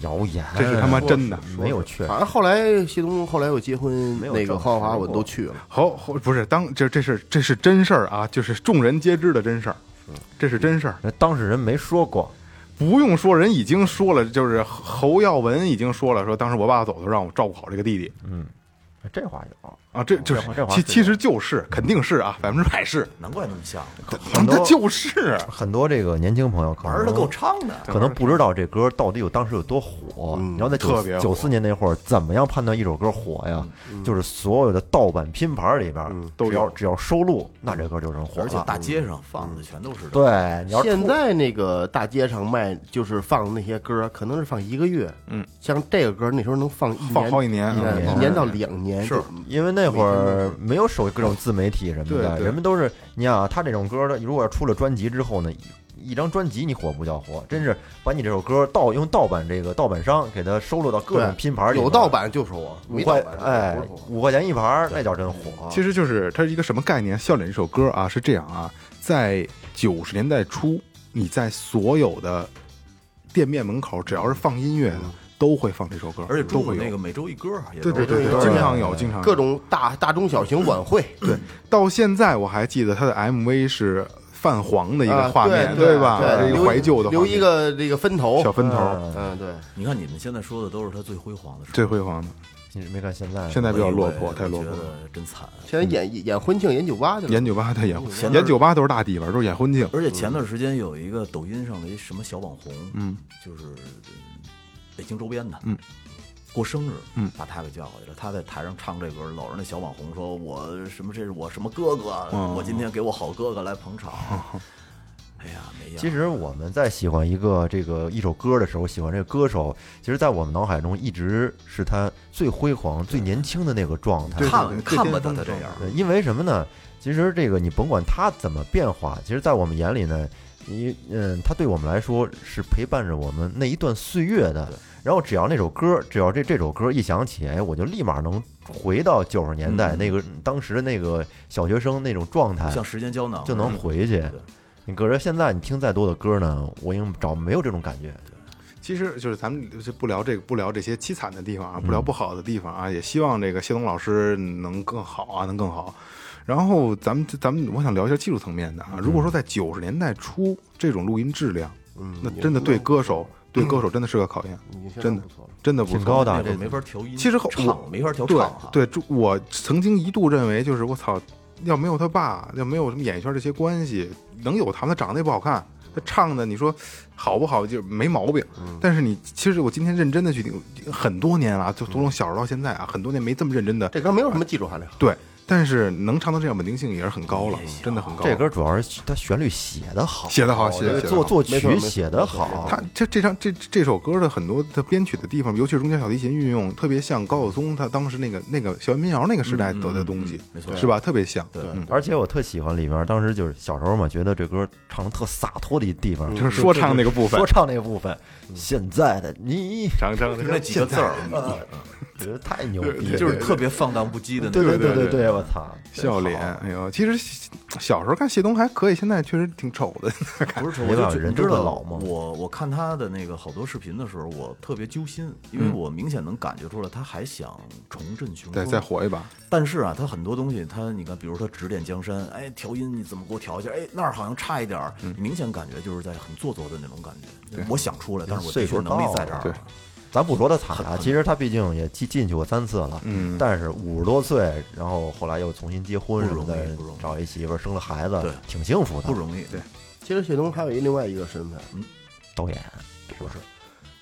Speaker 7: 谣言，啊
Speaker 3: 这是他妈真的。
Speaker 7: 没有确
Speaker 4: 反正后来谢东后来又结婚，
Speaker 7: 没有
Speaker 4: 那个
Speaker 7: 证
Speaker 4: 黄华
Speaker 7: 实过
Speaker 4: 我都去了。
Speaker 3: 侯侯不是当这这是这是真事儿啊，就是众人皆知的真事儿，
Speaker 7: 嗯
Speaker 3: 这是真事儿，
Speaker 7: 那当事人没说过，
Speaker 3: 不用说，人已经说了，就是侯耀文已经说了，说当时我爸走的时候让我照顾好这个弟弟
Speaker 7: 这话有。
Speaker 3: 啊，
Speaker 5: 哦
Speaker 3: 这就是
Speaker 7: 这话这话
Speaker 3: 其
Speaker 7: 是
Speaker 3: 其实就是肯定是啊，百分之百是，
Speaker 5: 难怪那么像，
Speaker 3: 他他就是
Speaker 7: 很多这个年轻朋友可
Speaker 5: 玩的
Speaker 7: 能
Speaker 5: 够唱的。
Speaker 7: 可能不知道这歌到底有当时有多火。
Speaker 4: 嗯
Speaker 7: 你要在
Speaker 3: 特
Speaker 7: 九
Speaker 3: 别火
Speaker 7: 九四年那会儿，怎么样判断一首歌火呀？就是所有的盗版拼盘里边儿
Speaker 3: 都有
Speaker 7: 只要只要收录，那这歌就能火
Speaker 5: 而且
Speaker 3: 啊
Speaker 7: 了。
Speaker 5: 大街
Speaker 3: 嗯
Speaker 5: 上放的全都是，
Speaker 7: 对，你要是
Speaker 4: 现
Speaker 7: 突
Speaker 4: 在那个大街上卖就是放那些歌，可能是放一个月，
Speaker 3: 嗯，
Speaker 4: 像这个歌那时候能放一年，
Speaker 3: 放好几年
Speaker 4: 一
Speaker 3: 嗯
Speaker 4: 年一年到两年，
Speaker 3: 是
Speaker 7: 因为那会儿没有手各种自媒体什么
Speaker 3: 对
Speaker 7: 的，
Speaker 3: 对
Speaker 7: 人们都是你想啊，他这种歌的，如果要出了专辑之后呢，一一张专辑你火不叫火，真是把你这首歌盗用盗版这个盗版商给它收录到各
Speaker 4: 对
Speaker 7: 种拼盘里，
Speaker 4: 有盗，版就说我，
Speaker 7: 五
Speaker 4: 没
Speaker 7: 块
Speaker 4: 盗版
Speaker 7: 哎
Speaker 4: 不是我
Speaker 7: 五块钱一盘儿，那叫真火。
Speaker 3: 其实就是它是一个什么概念？《笑脸》这首歌啊，是这样啊，在九十年代初，你在所有的店面门口，只要是放音乐的，都会放这首歌，
Speaker 5: 而且
Speaker 3: 都
Speaker 5: 中午
Speaker 3: 会有
Speaker 5: 那个每周一歌啊，也
Speaker 3: 对
Speaker 5: 都
Speaker 3: 对
Speaker 5: 是
Speaker 3: 对
Speaker 4: 对对
Speaker 3: 经常有，经常有
Speaker 4: 各种大大中小型晚会，
Speaker 3: 对。到现在我还记得它的 MV 是泛黄的一个画面，
Speaker 4: 啊对
Speaker 3: 吧？
Speaker 4: 对，
Speaker 3: 一个
Speaker 4: 留
Speaker 3: 怀旧的画面
Speaker 4: 留一个这个分头
Speaker 3: 小，分头，
Speaker 7: 嗯
Speaker 4: 嗯，对，
Speaker 5: 你看你们现在说的都是他最辉煌的时候，
Speaker 3: 最辉煌的。
Speaker 7: 你没看现
Speaker 4: 哎
Speaker 7: 在，啊
Speaker 3: 现在比较落魄，
Speaker 5: 我以为
Speaker 3: 太落魄
Speaker 5: 我觉
Speaker 3: 了。
Speaker 5: 得真惨。
Speaker 4: 现在演演婚庆演酒吧去了，
Speaker 3: 演酒吧太演
Speaker 5: 前，段
Speaker 3: 演酒吧都是大底吧，都是演婚庆。
Speaker 5: 而且前段时间有一个抖音上的一什么小网红，嗯，就是呃北京周边的，
Speaker 3: 嗯，
Speaker 5: 过生日，
Speaker 3: 嗯，
Speaker 5: 把他给叫过去了。他在台上唱这歌，搂着那小网红说：“我什么这是我什么哥哥，
Speaker 3: 哦
Speaker 5: 我今天给我好哥哥来捧场。哎呀，没样。
Speaker 7: 其实我们在喜欢一个这个一首歌的时候，喜欢这个歌手，其实，在我们脑海中一直是他最辉煌、最年轻的那个状态。
Speaker 3: 对
Speaker 5: 看
Speaker 3: 最
Speaker 5: 看
Speaker 3: 巅
Speaker 5: 不得
Speaker 3: 峰
Speaker 5: 他
Speaker 3: 的
Speaker 5: 这
Speaker 3: 状态
Speaker 5: 样，
Speaker 7: 对，因为什么呢？其实这个你甭管他怎么变化，其实，在我们眼里呢，你嗯，他对我们来说是陪伴着我们那一段岁月的。然后只要那首歌，只要这这首歌一响起，哎，我就立马能回到九十年代那个、当时的那个小学生那种状态，
Speaker 5: 嗯像时间胶囊
Speaker 7: 就能回去。
Speaker 5: 对
Speaker 7: 你可是现在你听再多的歌呢，我已经找没有这种感觉。
Speaker 3: 其实就是咱们就不聊这个，不聊这些凄
Speaker 4: 嗯
Speaker 3: 惨的地方啊，不聊不好的地方啊，也希望这个谢东老师能更好啊，能更好。然后咱们咱们我想聊一下技术层面的
Speaker 4: 嗯
Speaker 3: 啊，如果说在九十年代初这种录音质量，
Speaker 4: 嗯
Speaker 3: 那真的对歌手对歌手真的是个考验，真的真的不
Speaker 7: 挺
Speaker 3: 错
Speaker 7: 高的
Speaker 5: 那
Speaker 7: 啊，
Speaker 5: 会
Speaker 7: 这
Speaker 5: 儿没法调音，
Speaker 3: 其实后
Speaker 5: 唱没法调唱
Speaker 3: 对
Speaker 5: 啊，
Speaker 3: 对，就我曾经一度认为就是我操，要没有他爸，要没有什么演艺圈这些关系，能有他吗？他长得也不好看，他唱的你说好不好就没毛病。但是你其实我今天认真的去听，很多年了啊，就从小时候到现在啊，很多年没这么认真的
Speaker 4: 这歌没有什么技术含量，
Speaker 3: 对。但是能唱到这样稳定性也是很高了，真的
Speaker 5: 哦
Speaker 3: 很高了。
Speaker 7: 这歌主要是它旋律写的好，
Speaker 3: 写得好写得
Speaker 7: 这个
Speaker 3: 写得
Speaker 7: 作
Speaker 3: 好
Speaker 7: 作
Speaker 4: 没错没
Speaker 7: 曲
Speaker 4: 错
Speaker 7: 写的好，
Speaker 3: 他这这张这这首歌的很多的编曲的地方，尤其是中间小提琴运用，特别像高晓松他当时那个那个校园民谣那个时代走的东西，
Speaker 5: 没错
Speaker 3: 是吧？特别像，嗯对，
Speaker 7: 而且我特喜欢里面，当时就是小时候嘛，觉得这歌唱的特洒脱的一地方，
Speaker 3: 嗯就是说唱那个部分
Speaker 7: 说，唱那个部分。现在的你，
Speaker 3: 长长的
Speaker 5: 就那几个字儿，
Speaker 7: 觉得太牛逼
Speaker 5: 你
Speaker 7: 了，
Speaker 5: 就是特别放荡不羁的那
Speaker 7: 对
Speaker 5: 种。
Speaker 7: 对对对对，我操，
Speaker 3: 笑脸，哎呦，其实小时候看谢东还可以，现在确实挺丑的。
Speaker 5: 不是，
Speaker 7: 哎没
Speaker 5: 我就
Speaker 7: 办法
Speaker 5: 觉得
Speaker 7: 人
Speaker 5: 你知
Speaker 7: 真的
Speaker 5: 道
Speaker 7: 老嘛
Speaker 5: 我我看他的那个好多视频的时候，我特别揪心，因
Speaker 7: 嗯
Speaker 5: 为我明显能感觉出来他还想重振雄
Speaker 3: 对，
Speaker 5: 风。
Speaker 3: 再火一把，
Speaker 5: 但是啊，他很多东西，他你看，比如他指点江山，哎，调音你怎么给我调一下？哎，那儿好像差一点儿，
Speaker 7: 嗯
Speaker 5: 明显感觉就是在很做作的那种感觉。我想出来，但是我
Speaker 7: 岁
Speaker 5: 技
Speaker 7: 数
Speaker 5: 术能力
Speaker 7: 到
Speaker 5: 在
Speaker 7: 了
Speaker 5: 这儿
Speaker 3: 对
Speaker 5: 了。
Speaker 7: 咱不说他惨啊，其实他毕竟也进进去过三次了，嗯，但是五十多岁，然后后来又重新结婚什么
Speaker 5: 不
Speaker 7: 的
Speaker 5: 容易不容，易
Speaker 7: 找一媳妇儿，生了孩子
Speaker 5: 对，
Speaker 7: 挺幸福的。
Speaker 5: 不容易，对，
Speaker 4: 其实谢东还有一另外一个身份，
Speaker 7: 导演是不是？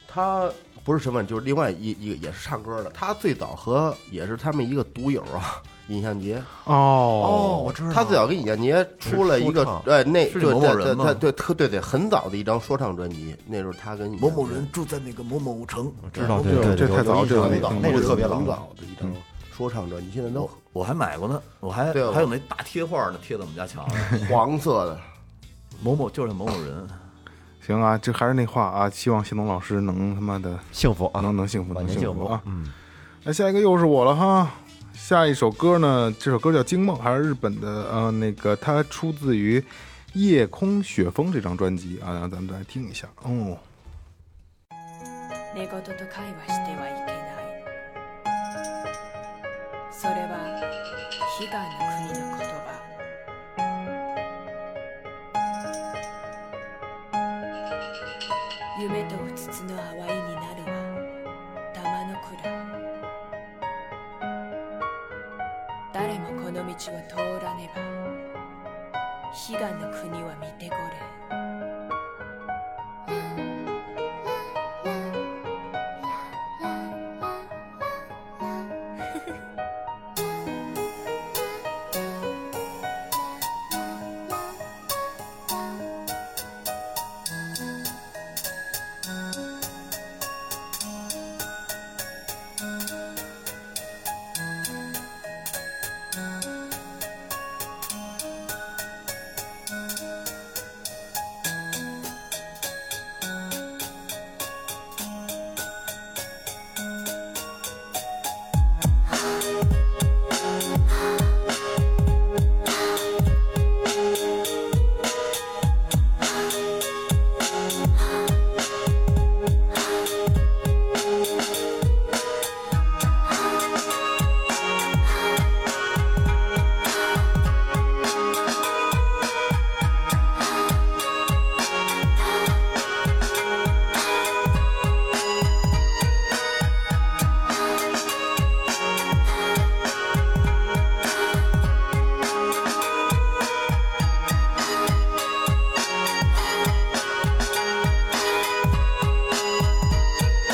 Speaker 4: 他不是身份，就是另外一一个也是唱歌的。他最早和也是他们一个独友啊，尹相杰。
Speaker 3: 哦，
Speaker 5: 哦，我知道
Speaker 4: 他最早跟尹相杰出了一
Speaker 7: 是
Speaker 4: 个
Speaker 7: 说唱
Speaker 4: 呃，那
Speaker 5: 是
Speaker 4: 对
Speaker 5: 某某人
Speaker 4: 对
Speaker 5: 吗
Speaker 4: 对对，特对对，很早的一张说唱专辑，那时候他跟尹
Speaker 5: 某
Speaker 4: 相
Speaker 5: 某
Speaker 4: 杰
Speaker 5: 人住在那个某某城。
Speaker 7: 知道，
Speaker 4: 对
Speaker 7: 对对，
Speaker 3: 这
Speaker 7: 有
Speaker 3: 太早
Speaker 7: 有
Speaker 3: 了
Speaker 7: 印象有
Speaker 3: 这个那
Speaker 7: 印象
Speaker 3: 嗯
Speaker 4: 那
Speaker 7: 那
Speaker 4: 是
Speaker 7: 是特别老
Speaker 4: 很
Speaker 7: 的。
Speaker 4: 早的一张说唱专辑，现在 都
Speaker 5: 我还买过呢，我还
Speaker 4: 对
Speaker 5: 还有那大贴画呢，贴在我们家墙上。
Speaker 4: 黄色的。
Speaker 5: 某某就是某某人，
Speaker 3: 行啊，这还是那话啊，希望谢东老师能他妈的
Speaker 7: 幸福啊，
Speaker 5: 嗯
Speaker 3: 能能幸福，
Speaker 7: 晚
Speaker 3: 能
Speaker 7: 年
Speaker 3: 幸
Speaker 7: 幸
Speaker 3: 福
Speaker 7: 福
Speaker 3: 啊！
Speaker 7: 嗯，
Speaker 3: 那下一个又是我了哈。下一首歌呢，这首歌叫《惊梦》，还是日本的，呃，那个它出自于《夜空雪峰》这张专辑啊，然后咱们再来听一下。哦，
Speaker 10: 寝言と会話してはいけないそれは悲願の国の言葉夢とうつつの淡いになるは玉の蔵誰もこの道を通らねば悲願の国は見てごれん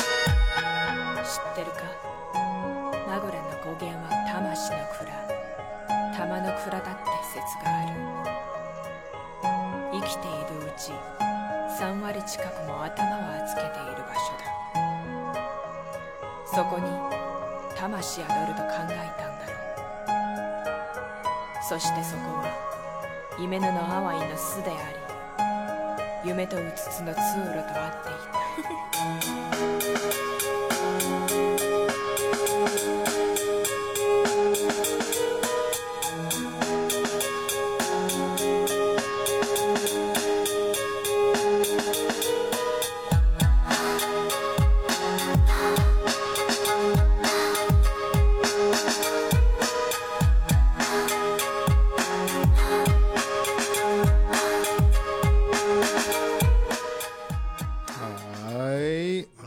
Speaker 10: 知ってるかナゴラの語源は魂の蔵玉の蔵だって説がある生きているうち3割近くも頭を預けている場所だそこに魂宿ると考えたんだろうそしてそこは夢ののハワイの巣であり夢とうつつの通路と合っていた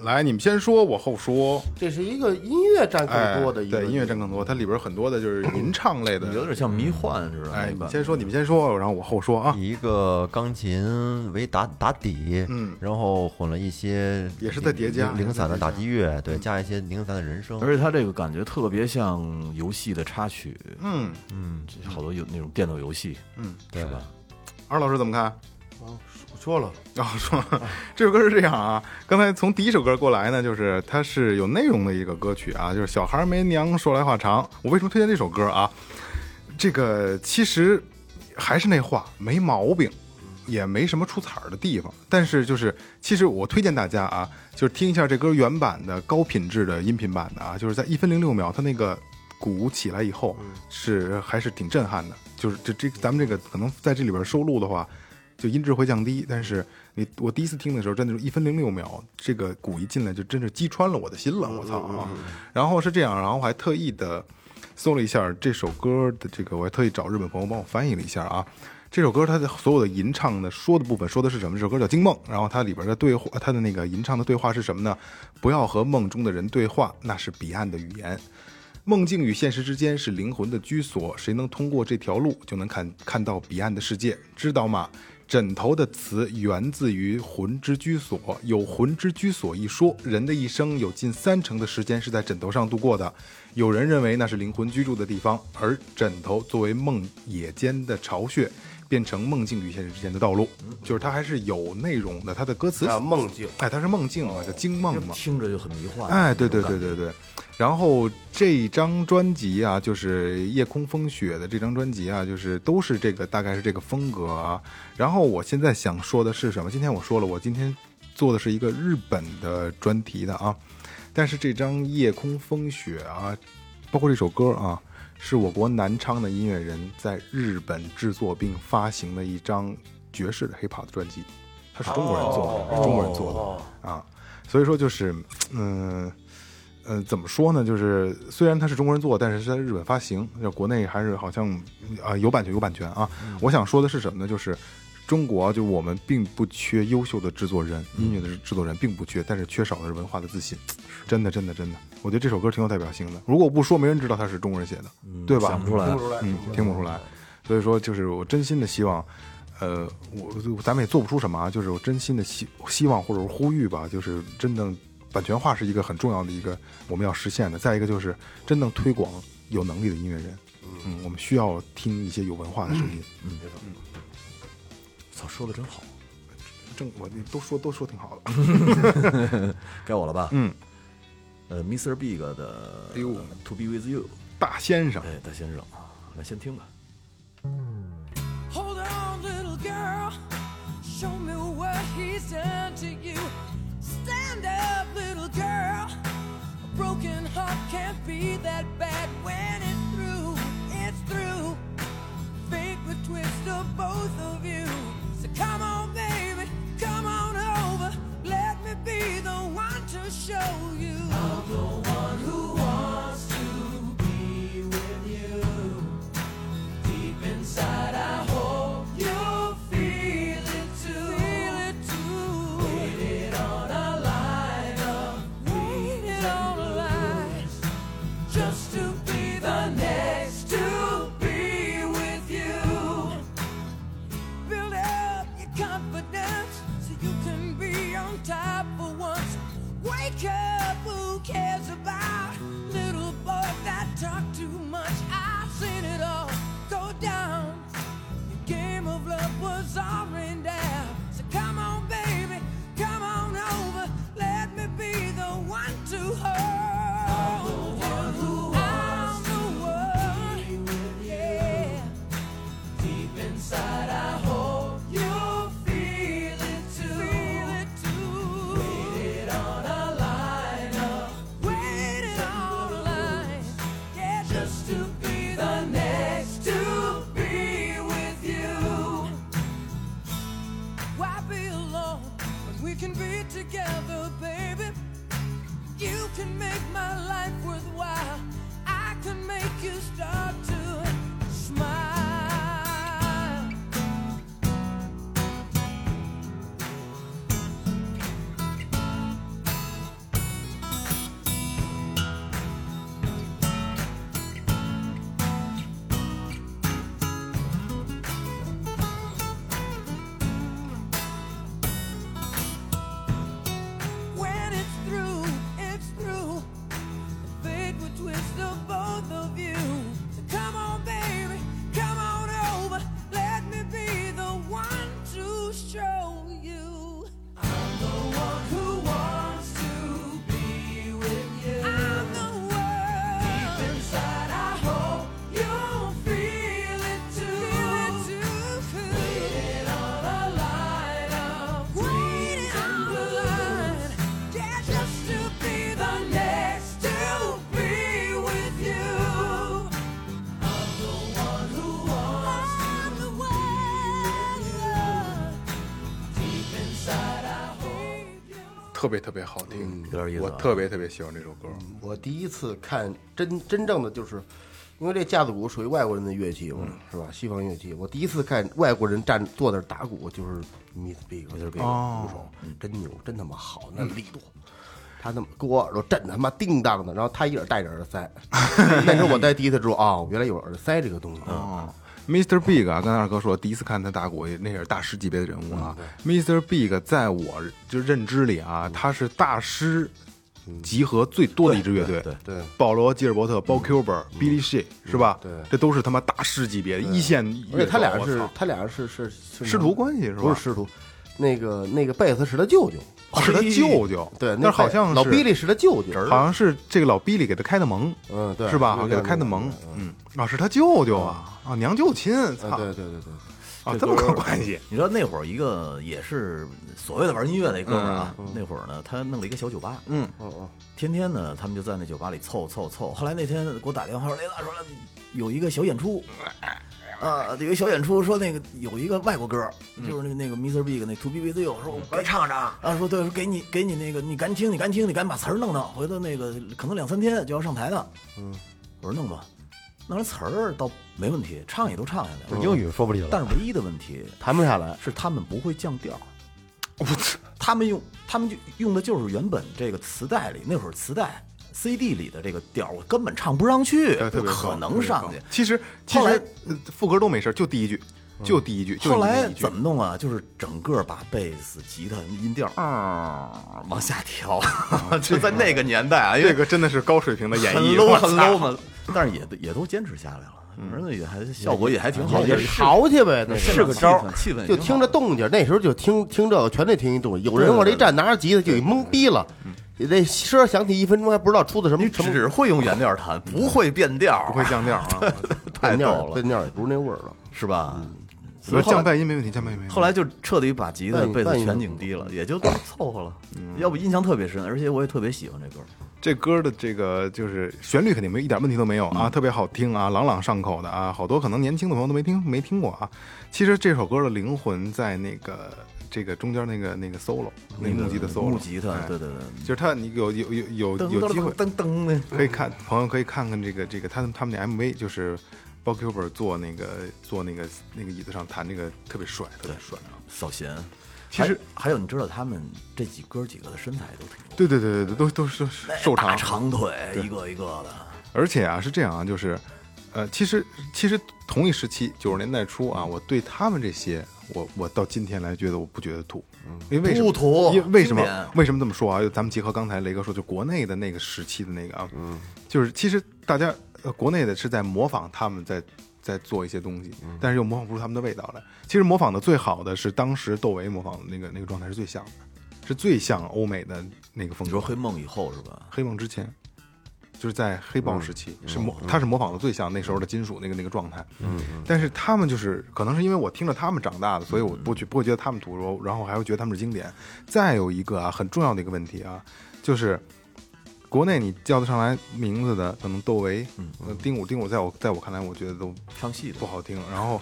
Speaker 3: 来，你们先说，我后说。
Speaker 4: 这是一个音乐占
Speaker 3: 哎，
Speaker 4: 更多的一个、
Speaker 3: 对音乐占更多，它里边很多的就是吟唱类
Speaker 5: 有
Speaker 3: 的。
Speaker 5: 点像迷幻似的。
Speaker 3: 哎，
Speaker 5: 那
Speaker 3: 你
Speaker 5: 个
Speaker 3: 先说，你们先说，然后我后说啊。
Speaker 7: 以一个钢琴为打打底，
Speaker 3: 嗯
Speaker 7: 然后混了一些
Speaker 3: 也是在叠加
Speaker 7: 零零散的打击乐，对，加一些零散的人声，
Speaker 5: 而且它这个感觉特别像游戏的插曲，
Speaker 3: 嗯，
Speaker 7: 嗯，
Speaker 5: 好多有那种电脑游戏，
Speaker 7: 对吧？
Speaker 3: 二老师怎么看？
Speaker 4: 说了，
Speaker 3: 然后哦说这首歌是这样啊，刚才从第一首歌过来呢，就是它是有内容的一个歌曲啊，就是小孩没娘说来话长。我为什么推荐这首歌啊？这个其实还是那话，没毛病，也没什么出彩儿的地方。但是就是，其实我推荐大家啊，就是听一下这歌原版的高品质的音频版的啊，就是在一分零六秒，它那个鼓起来以后是还是挺震撼的。就是这这咱们这个可能在这里边收录的话，就音质会降低，但是你我第一次听的时候，真的是一分零六秒，这个鼓一进来就真是击穿了我的心了，我操啊！然后是这样，然后我还特意的搜了一下这首歌的这个，我还特意找日本朋友帮我翻译了一下啊。这首歌它的所有的吟唱的说的部分说的是什么？这首歌叫《惊梦》，然后它里边的对话，它的那个吟唱的对话是什么呢？不要和梦中的人对话，那是彼岸的语言。梦境与现实之间是灵魂的居所，谁能通过这条路，就能看看到彼岸的世界，知道吗？枕头的词源自于魂之居所，有魂之居所一说，人的一生有近三成的时间是在枕头上度过的。有人认为那是灵魂居住的地方，而枕头作为梦野间的巢穴，变成梦境与现实之间的道路。就是它还是有内容的，它的歌词，
Speaker 4: 啊，梦境，
Speaker 3: 哎，它是梦境嘛，叫惊梦嘛。
Speaker 5: 听着就很迷幻。
Speaker 3: 哎，对对
Speaker 5: 那种
Speaker 3: 对
Speaker 5: 感觉
Speaker 3: 对对。然后这张专辑啊，就是《夜空风雪》的这张专辑啊，就是都是这个大概是这个风格啊。然后我现在想说的是什么？今天我说了，我今天做的是一个日本的专题的啊，但是这张《夜空风雪》啊，包括这首歌啊，是我国南昌的音乐人在日本制作并发行的一张爵士的 hiphop 的专辑，它是中国人做
Speaker 5: 哦
Speaker 3: 的，是中国人做的啊。所以说就是，嗯、嗯、怎么说呢？就是虽然它是中国人做，但是是在日本发行，就国内还是好像啊、有版权有版权啊。我想说的是什么呢？就是中国啊就我们并不缺优秀的制作人，音乐
Speaker 5: 嗯
Speaker 3: 的制作人并不缺，但是缺少的是文化的自信。真的，真的，真的，我觉得这首歌挺有代表性的。如果不说，没人知道它是中国人写的，对吧？
Speaker 5: 想不出来，
Speaker 3: 嗯，听不出来。所以说，就是我真心的希望，呃，我咱们也做不出什么啊，就是我真心的希希望或者是呼吁吧，就是真正版权化是一个很重要的一个我们要实现的。再一个就是真正推广有能力的音乐人，嗯，我们需要听一些有文化的声音。
Speaker 5: 操，说的真好，
Speaker 3: 正我都说都说挺好的，
Speaker 5: 该我了吧？
Speaker 3: 嗯，
Speaker 5: 呃，Mr. Big 的
Speaker 3: 哎呦
Speaker 5: 《To Be With You》，
Speaker 3: 大先生，
Speaker 5: 哎，大先生，来先听吧。
Speaker 11: Hold on, little girl. Show me what he's done to you. Stand up, little girl. A broken heart can't be that bad when it's through. It's through. Fake the twist of both of you. So come on, baby. Come on over. Let me be the one to show you. I'm the one who wants to be with you. Deep inside, I hope you feel it too. Feel it too. Waited on a line of waited on a line just to be the next to be with you. Build up your confidence so you can be on top for once. Wake up, who cares about little boy that talk too much? I've seen it all go down. Your game of love was all ran down. So come on, baby, come on over. Let me be the one to hold. I'm the one I'm the one. Yeah. Deep inside, I hope you'll feel it too. Feel it too. Waited on a line of waited on a line. Yeah, just to be the next to be with you. Why be alone when we can be together, baby? You can make my life worthwhile. I can make you start to smile.
Speaker 3: 特别特别好听，
Speaker 5: 有点意思啊
Speaker 3: 我特别特别喜欢这首歌。
Speaker 4: 我第一次看真真正的就是，因为这架子鼓属于外国人的乐器嘛，
Speaker 3: 嗯
Speaker 4: 是吧？西方乐器。我第一次看外国人站坐那儿打鼓，就是 Miss Big，就是这个
Speaker 3: 哦
Speaker 4: 鼓手，
Speaker 3: 嗯
Speaker 4: 真牛，真他妈好，那力度。他那么给我耳朵震他妈叮当的，然后他一人戴着耳 塞，那时候我才第一次知道啊、哦，原来有耳塞这个东西。啊
Speaker 3: 哦，Mr. Big 啊，刚才二哥说，第一次看他打鼓，那也是大师级别的人物啊。Mr. Big 在我就认知里啊，他是大师集合最多的一支乐队。对
Speaker 4: 对对
Speaker 3: 保罗·吉尔伯特、包 Cuber、Billy Shea 是吧？
Speaker 4: 对
Speaker 3: 这都是他妈大师级别的一线乐手。
Speaker 4: 而且他俩
Speaker 3: 我
Speaker 4: 是
Speaker 3: 操
Speaker 4: 他俩是是是
Speaker 3: 师徒关系是吧？
Speaker 4: 不是师徒，那个那个贝斯是他舅舅，
Speaker 3: 哦是他舅舅，
Speaker 4: 对，那
Speaker 3: 但是好像是
Speaker 4: 老比利是他舅舅，
Speaker 3: 好像是这个老比利给他开的蒙，
Speaker 4: 嗯对
Speaker 3: 是吧？
Speaker 4: 有
Speaker 3: 给
Speaker 4: 点
Speaker 3: 他开的
Speaker 4: 那个
Speaker 3: 蒙，嗯，啊，是他舅舅啊，啊，娘舅亲，
Speaker 4: 啊
Speaker 3: 操，
Speaker 4: 对对对对。
Speaker 3: 啊，这么个关系，
Speaker 5: 你知道那会儿一个也是所谓的玩音乐的一哥们儿啊，那会儿呢他弄了一个小酒吧，
Speaker 3: 嗯
Speaker 5: 天天呢他们就在那酒吧里凑凑凑。后来那天给我打电话说，哎雷大说有一个小演 出，啊，有一个小演出说那个有一个外国歌，就是那个那个 Mr. Big 那 To Be With You，说我来唱唱啊，说对，说给你给你那个你赶紧听，你赶紧听，你赶紧把词儿弄弄，回头那个可能两三天就要上台呢。嗯，我说弄吧，弄完词儿倒没问题，唱也都唱下来了，
Speaker 7: 英语说不利
Speaker 5: 但
Speaker 7: 了，
Speaker 5: 是唯一的问题
Speaker 4: 谈不下来。
Speaker 5: 是他们不会降 调。他们用他们就用的就是原本这个磁带里那会儿磁带 CD 里的这个调，我根本唱不上去，
Speaker 3: 对特
Speaker 5: 不
Speaker 3: 别
Speaker 5: 可
Speaker 3: 棒
Speaker 5: 能上。
Speaker 3: 特别
Speaker 5: 去
Speaker 3: 棒。其实其
Speaker 5: 后来
Speaker 3: 实呃副歌都没事，就第一句，就第一句，就
Speaker 5: 后来
Speaker 3: 你那一句
Speaker 5: 怎么弄啊？就是整个把贝斯、吉他音调啊往下调，就在那个年代啊，
Speaker 3: 哦
Speaker 5: 因
Speaker 3: 这
Speaker 5: 为
Speaker 3: 个真的是高水平的演
Speaker 5: 很
Speaker 3: 绎
Speaker 5: low
Speaker 3: 我操嗯
Speaker 5: 很 low 嘛，但是也也都坚持下来了，反正也还效果也还挺好，
Speaker 4: 也
Speaker 5: 是
Speaker 4: 淘去呗，那
Speaker 5: 是个
Speaker 4: 气
Speaker 5: 招
Speaker 4: 氛
Speaker 5: 儿，气氛也
Speaker 4: 就
Speaker 5: 挺
Speaker 4: 听
Speaker 5: 好
Speaker 4: 着动静。那时候就听听这个，全得听一动静。有人往这一站，拿着吉他就给懵逼了，
Speaker 3: 嗯
Speaker 4: 那声响起一分钟还不知道出的什么
Speaker 5: 你
Speaker 4: 什
Speaker 5: 只
Speaker 4: 么
Speaker 5: 会用原调弹，不会变调，
Speaker 3: 不会降调啊，
Speaker 5: 太
Speaker 4: 尿
Speaker 5: 逗
Speaker 4: 了，
Speaker 5: 了
Speaker 4: 对。尿也不是那味儿了。
Speaker 5: 是吧？所
Speaker 3: 我说
Speaker 5: 以
Speaker 3: 嗯
Speaker 5: 后
Speaker 3: 降
Speaker 5: 来
Speaker 3: 半音没问题，降半音没问题。
Speaker 5: 后来就彻底把吉他、
Speaker 4: 那你
Speaker 5: 贝
Speaker 4: 那
Speaker 5: 斯
Speaker 4: 你
Speaker 5: 全拧低
Speaker 3: 嗯
Speaker 5: 了，也就凑合了。要不印象特别深，而且我也特别喜欢这歌。
Speaker 3: 这歌的这个就是旋律肯定没一点问题都没有啊，特别好听啊，朗朗上口的啊，好多可能年轻的朋友都没听没听过啊。其实这首歌的灵魂在那个这个中间那个那个 solo，那木吉的 solo，
Speaker 5: 木吉他
Speaker 3: 哎，
Speaker 5: 对对对，
Speaker 3: 就是他你有有有有
Speaker 5: 噔
Speaker 3: 有机会
Speaker 5: 噔噔噔的，
Speaker 3: 可以看朋友可以看看这个这个他们他们的 MV，就是包 Cuber 坐那个坐那个那个椅子上弹这个特别帅，特别帅啊。
Speaker 5: 扫弦。
Speaker 3: 其实
Speaker 5: 还还有，你知道他们这几哥几个的身材都挺
Speaker 3: 对对对对对，都都是瘦
Speaker 5: 大
Speaker 3: 长
Speaker 5: 长腿，一个一个的。
Speaker 3: 而且啊，是这样啊，就是，呃，其实其实同一时期九十年代初啊，我对他们这些，我我到今天来觉得我不觉得土，因为为什么
Speaker 5: 嗯不土
Speaker 3: 因为为什
Speaker 5: 经典
Speaker 3: 么为什么这么说啊？咱们结合刚才雷哥说，就国内的那个时期的那个啊，
Speaker 5: 嗯
Speaker 3: 就是其实大家呃国内的是在模仿他们在。在做一些东西，
Speaker 5: 嗯
Speaker 3: 但是又模仿不出他们的味道来。其实模仿的最好的是当时窦唯模仿的那个那个状态是最像的，是最像欧美的那个风
Speaker 5: 你
Speaker 3: 格
Speaker 5: 说。黑梦以后是吧？
Speaker 3: 黑梦之前，就是在黑豹时期，是模他是模仿的最像那时候的金属那个那个状态。嗯，嗯但是他们就是可能是因为我听着他们长大的，所以我不去不会觉得他们土著，然后还会觉得他们是经典。再有一个啊，很重要的一个问题啊，就是。国内你叫得上来名字的，可能窦唯、呃丁武、丁武，在我在我看来，我觉得都
Speaker 5: 唱戏的
Speaker 3: 不好听。然后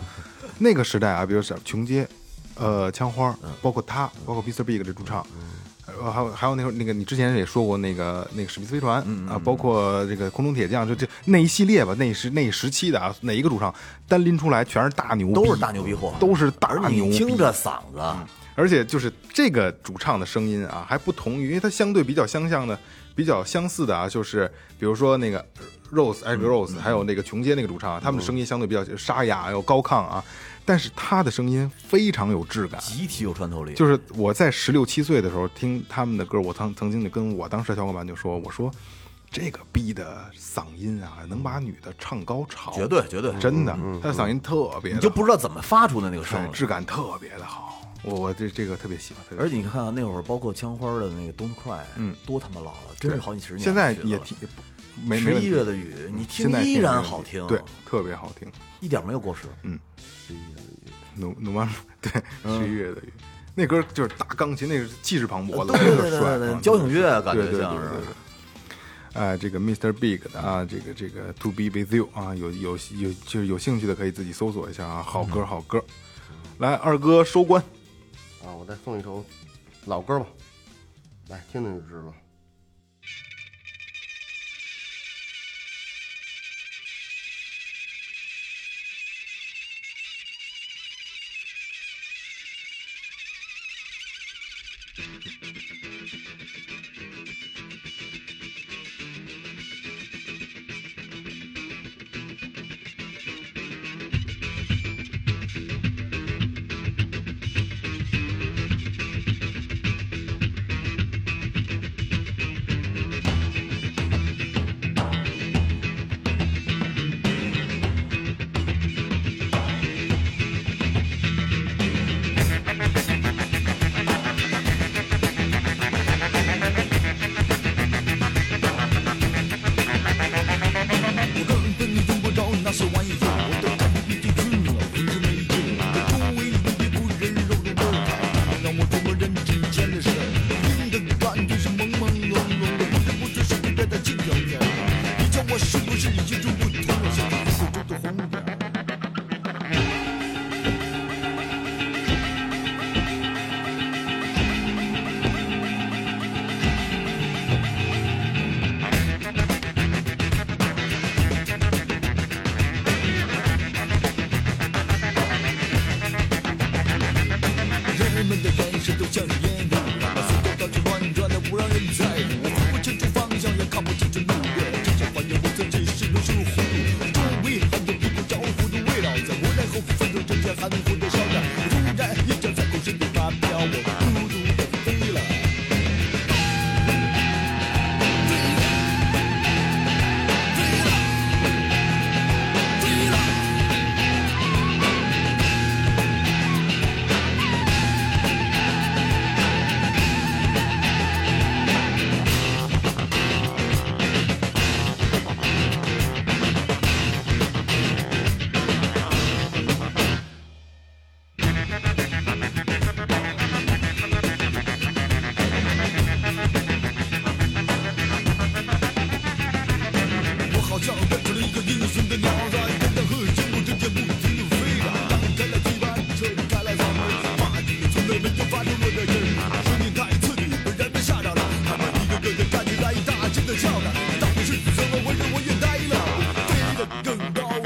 Speaker 3: 那个时代啊，比如像琼街、呃枪花，
Speaker 5: 嗯
Speaker 3: 包括他，包括 Mr. Big 这主唱，呃还有还有那会儿那个你之前也说过那个那个史密斯飞船
Speaker 5: 嗯
Speaker 3: 啊，包括这个空中铁匠，就这那一系列吧，那一时那一时期的啊，哪一个主唱单拎出来全是大牛逼，
Speaker 5: 都是大牛逼货
Speaker 3: 都是大
Speaker 5: 而
Speaker 3: 牛
Speaker 5: 你
Speaker 3: 逼。嗯
Speaker 5: 听着嗓子，
Speaker 3: 而且就是这个主唱的声音啊，还不同于，因为它相对比较相像的、比较相似的啊，就是比如说那个 Rose、Abby
Speaker 5: 嗯
Speaker 3: Rose，、还有那个琼街那个主唱啊，他们的声音相对比较沙哑又高亢啊，但是他的声音非常有质感。
Speaker 5: 集体有穿透力。
Speaker 3: 就是我在十六七岁的时候听他们的歌，我曾曾经就跟我当时的小伙伴就说，我说这个逼的嗓音啊，能把女的唱高潮，
Speaker 5: 绝对绝对，嗯
Speaker 3: 真的，他的嗓音特别的好，
Speaker 5: 你就不知道怎么发出的那个声
Speaker 3: 对
Speaker 5: 了。
Speaker 3: 质感特别的好。我我对这个特别喜欢，特别喜欢
Speaker 5: 而且你看啊，那会儿包括枪花的那个《Don't Cry》，
Speaker 3: 嗯，
Speaker 5: 多他妈老了，真是好几十年。
Speaker 3: 现在也挺没没
Speaker 5: 十
Speaker 3: 问
Speaker 5: 一
Speaker 3: 题嗯
Speaker 5: 月的雨，你听
Speaker 3: 现在
Speaker 5: 依
Speaker 3: 没
Speaker 5: 然
Speaker 3: 问题
Speaker 5: 好听，
Speaker 3: 对，嗯特别好听。
Speaker 5: 一点没有过时。
Speaker 3: 努努曼对
Speaker 5: 嗯
Speaker 3: 十一月的雨，那歌就是大钢琴，那是气势磅
Speaker 5: 对
Speaker 3: 礴的，
Speaker 5: 呃对
Speaker 3: 特
Speaker 5: 对对
Speaker 3: 帅
Speaker 5: 对，
Speaker 3: 啊，
Speaker 5: 交响乐感
Speaker 3: 对对
Speaker 5: 觉
Speaker 3: 对
Speaker 5: 像
Speaker 3: 对
Speaker 5: 是
Speaker 3: 对。对哎，这个 Mr. Big 的啊，这个这个 To Be With You 啊，有有有就是有兴趣的可以自己搜索一下啊，好
Speaker 5: 嗯
Speaker 3: 歌好歌。来，二哥收官，
Speaker 4: 啊，我再送一首老歌吧，来听听就知道。
Speaker 1: 我根本用不着那些玩意儿，我都站不进去了，浑身没劲。周围一堆不人肉的味道，让我琢磨认真前的事儿。硬的感觉是朦朦胧胧的，不知不觉身体变得轻飘飘。你瞧我是不是已经认不出了，身体一口中的红点儿？人们的眼神都像是烟雾，把所有道具乱转的不让人在乎。我分不清楚方向，也看不清楚路这些环境我自己是牛是虎，周围还有一股着火的味道，在我来后分出这些含糊的烧着。突然一阵彩虹身体发飙，我孤独的飞了。我好像变成了一个英雄的鸟儿，跟着和节目之间不停地飞着。打开了机关，扯开了嗓门，骂你从来没有发出我的音儿。声音太刺激，把人们吓着了，他们一个个的站起来，大声的笑着。到底是怎么回事？我也呆了，我飞得更高了，更高了。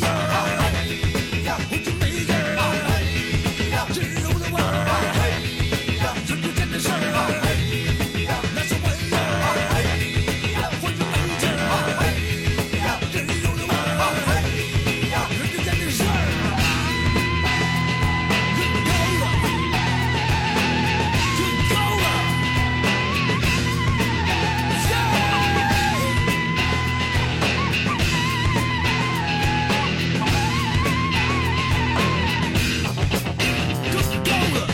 Speaker 1: 啊嘿呀，那些玩意儿啊嘿呀，我真没劲儿啊嘿呀，真揉的味儿啊嘿呀，说出真的事儿啊嘿呀，那些玩意儿啊嘿呀，我真没劲儿啊嘿呀，真揉的味儿啊嘿呀，说出真的事儿。更高了，更高了，呀！更高了，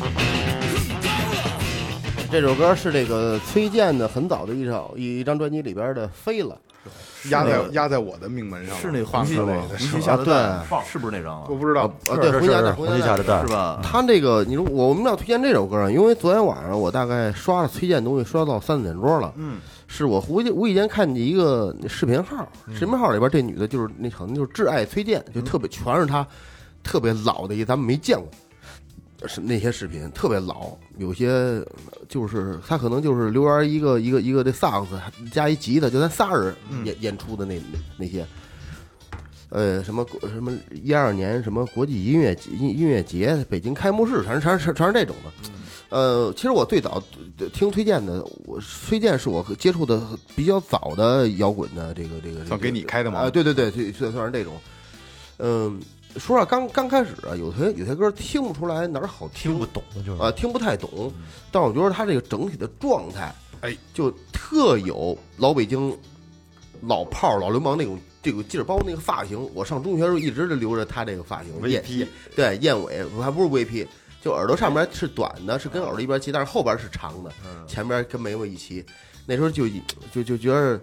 Speaker 1: 更高了。
Speaker 4: 这首歌是这个崔健的很早的一首一张专辑里边的《飞了
Speaker 3: 压在压在我的命门上了，
Speaker 12: 是那
Speaker 3: 话
Speaker 12: 红旗
Speaker 3: 之类
Speaker 12: 红
Speaker 3: 的，
Speaker 12: 旗
Speaker 3: 是
Speaker 12: 下的
Speaker 3: 吧？
Speaker 12: 蛋，是不是那张啊
Speaker 3: 我？不知道，》
Speaker 4: 啊，对，
Speaker 13: 是
Speaker 4: 回家
Speaker 13: 是
Speaker 4: 的
Speaker 13: 是，
Speaker 4: 回
Speaker 13: 红旗
Speaker 4: 家
Speaker 13: 下
Speaker 4: 的
Speaker 13: 的。蛋
Speaker 12: 是吧？
Speaker 4: 他这个，你说我为什么要推荐这首歌啊？因为昨天晚上我大概刷了崔健东西，刷到三四点钟了。嗯，是我无意无意间看见一个视频号，
Speaker 13: 嗯
Speaker 4: 视频号里边这女的就是那可能就是挚爱崔健，就特别全是她特别老的一，咱们没见过，是那些视频特别老，有些就是她可能就是刘源一个一个一个这萨克斯加一吉他，就咱仨人演、演出的那那那些。呃，什么国什么一二年什么国际音乐节音音乐节北京开幕式，全是全是全是这种的。呃，其实我最早呃听崔健的，我崔健是我接触的比较早的摇滚的这个这个。这个
Speaker 3: 算给你开的
Speaker 4: 啊，
Speaker 3: 吗？
Speaker 4: 对对对，对算算是这种。嗯，说实话，刚刚开始啊，有些有些歌听不出来哪儿好听
Speaker 13: 听不懂的就是
Speaker 4: 啊，听不太懂，但我觉得他这个整体的状态，
Speaker 3: 哎，
Speaker 4: 就特有老北京老炮儿、老流氓那种这个劲儿，包括那个发型，我上中学的时候一直就留着他这个发型，燕
Speaker 13: VP
Speaker 4: 对燕尾，还不是 VP，就耳朵上边是短的，是跟耳朵一边
Speaker 13: 嗯
Speaker 4: 齐，但是后边是长的，前边跟眉毛一齐。那时候就就就觉得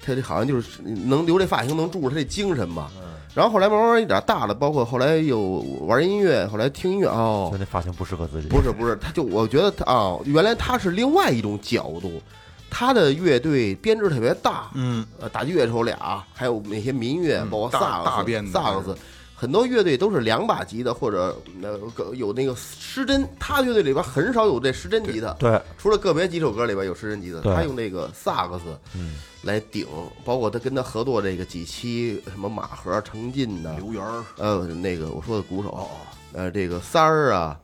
Speaker 4: 他这好像就是能留这发型，能住他这精神吧。
Speaker 13: 嗯
Speaker 4: 然后后来慢慢一点大了，包括后来又玩音乐，后来听音乐哦
Speaker 13: 就，那发型不适合自己。
Speaker 4: 不是不是，他就我觉得他啊、原来他是另外一种角度，他的乐队编制特别大，
Speaker 3: 嗯，
Speaker 4: 呃，打击乐手俩，还有那些民乐，包括
Speaker 3: 大
Speaker 4: 萨
Speaker 3: 大
Speaker 4: 克
Speaker 3: 编的
Speaker 4: 斯、萨克斯，很多乐队都是两把吉他或者呃个有那个失真，他乐队里边很少有这失真吉他，
Speaker 7: 对，
Speaker 4: 除了个别几首歌里边有失真吉他，
Speaker 7: 对嗯
Speaker 4: 他用这个萨克斯来顶，包括他跟他合作这个几期什么马和、程进呐、
Speaker 5: 刘源儿哦
Speaker 4: 呃，那个我说的鼓手，呃，这个三儿啊，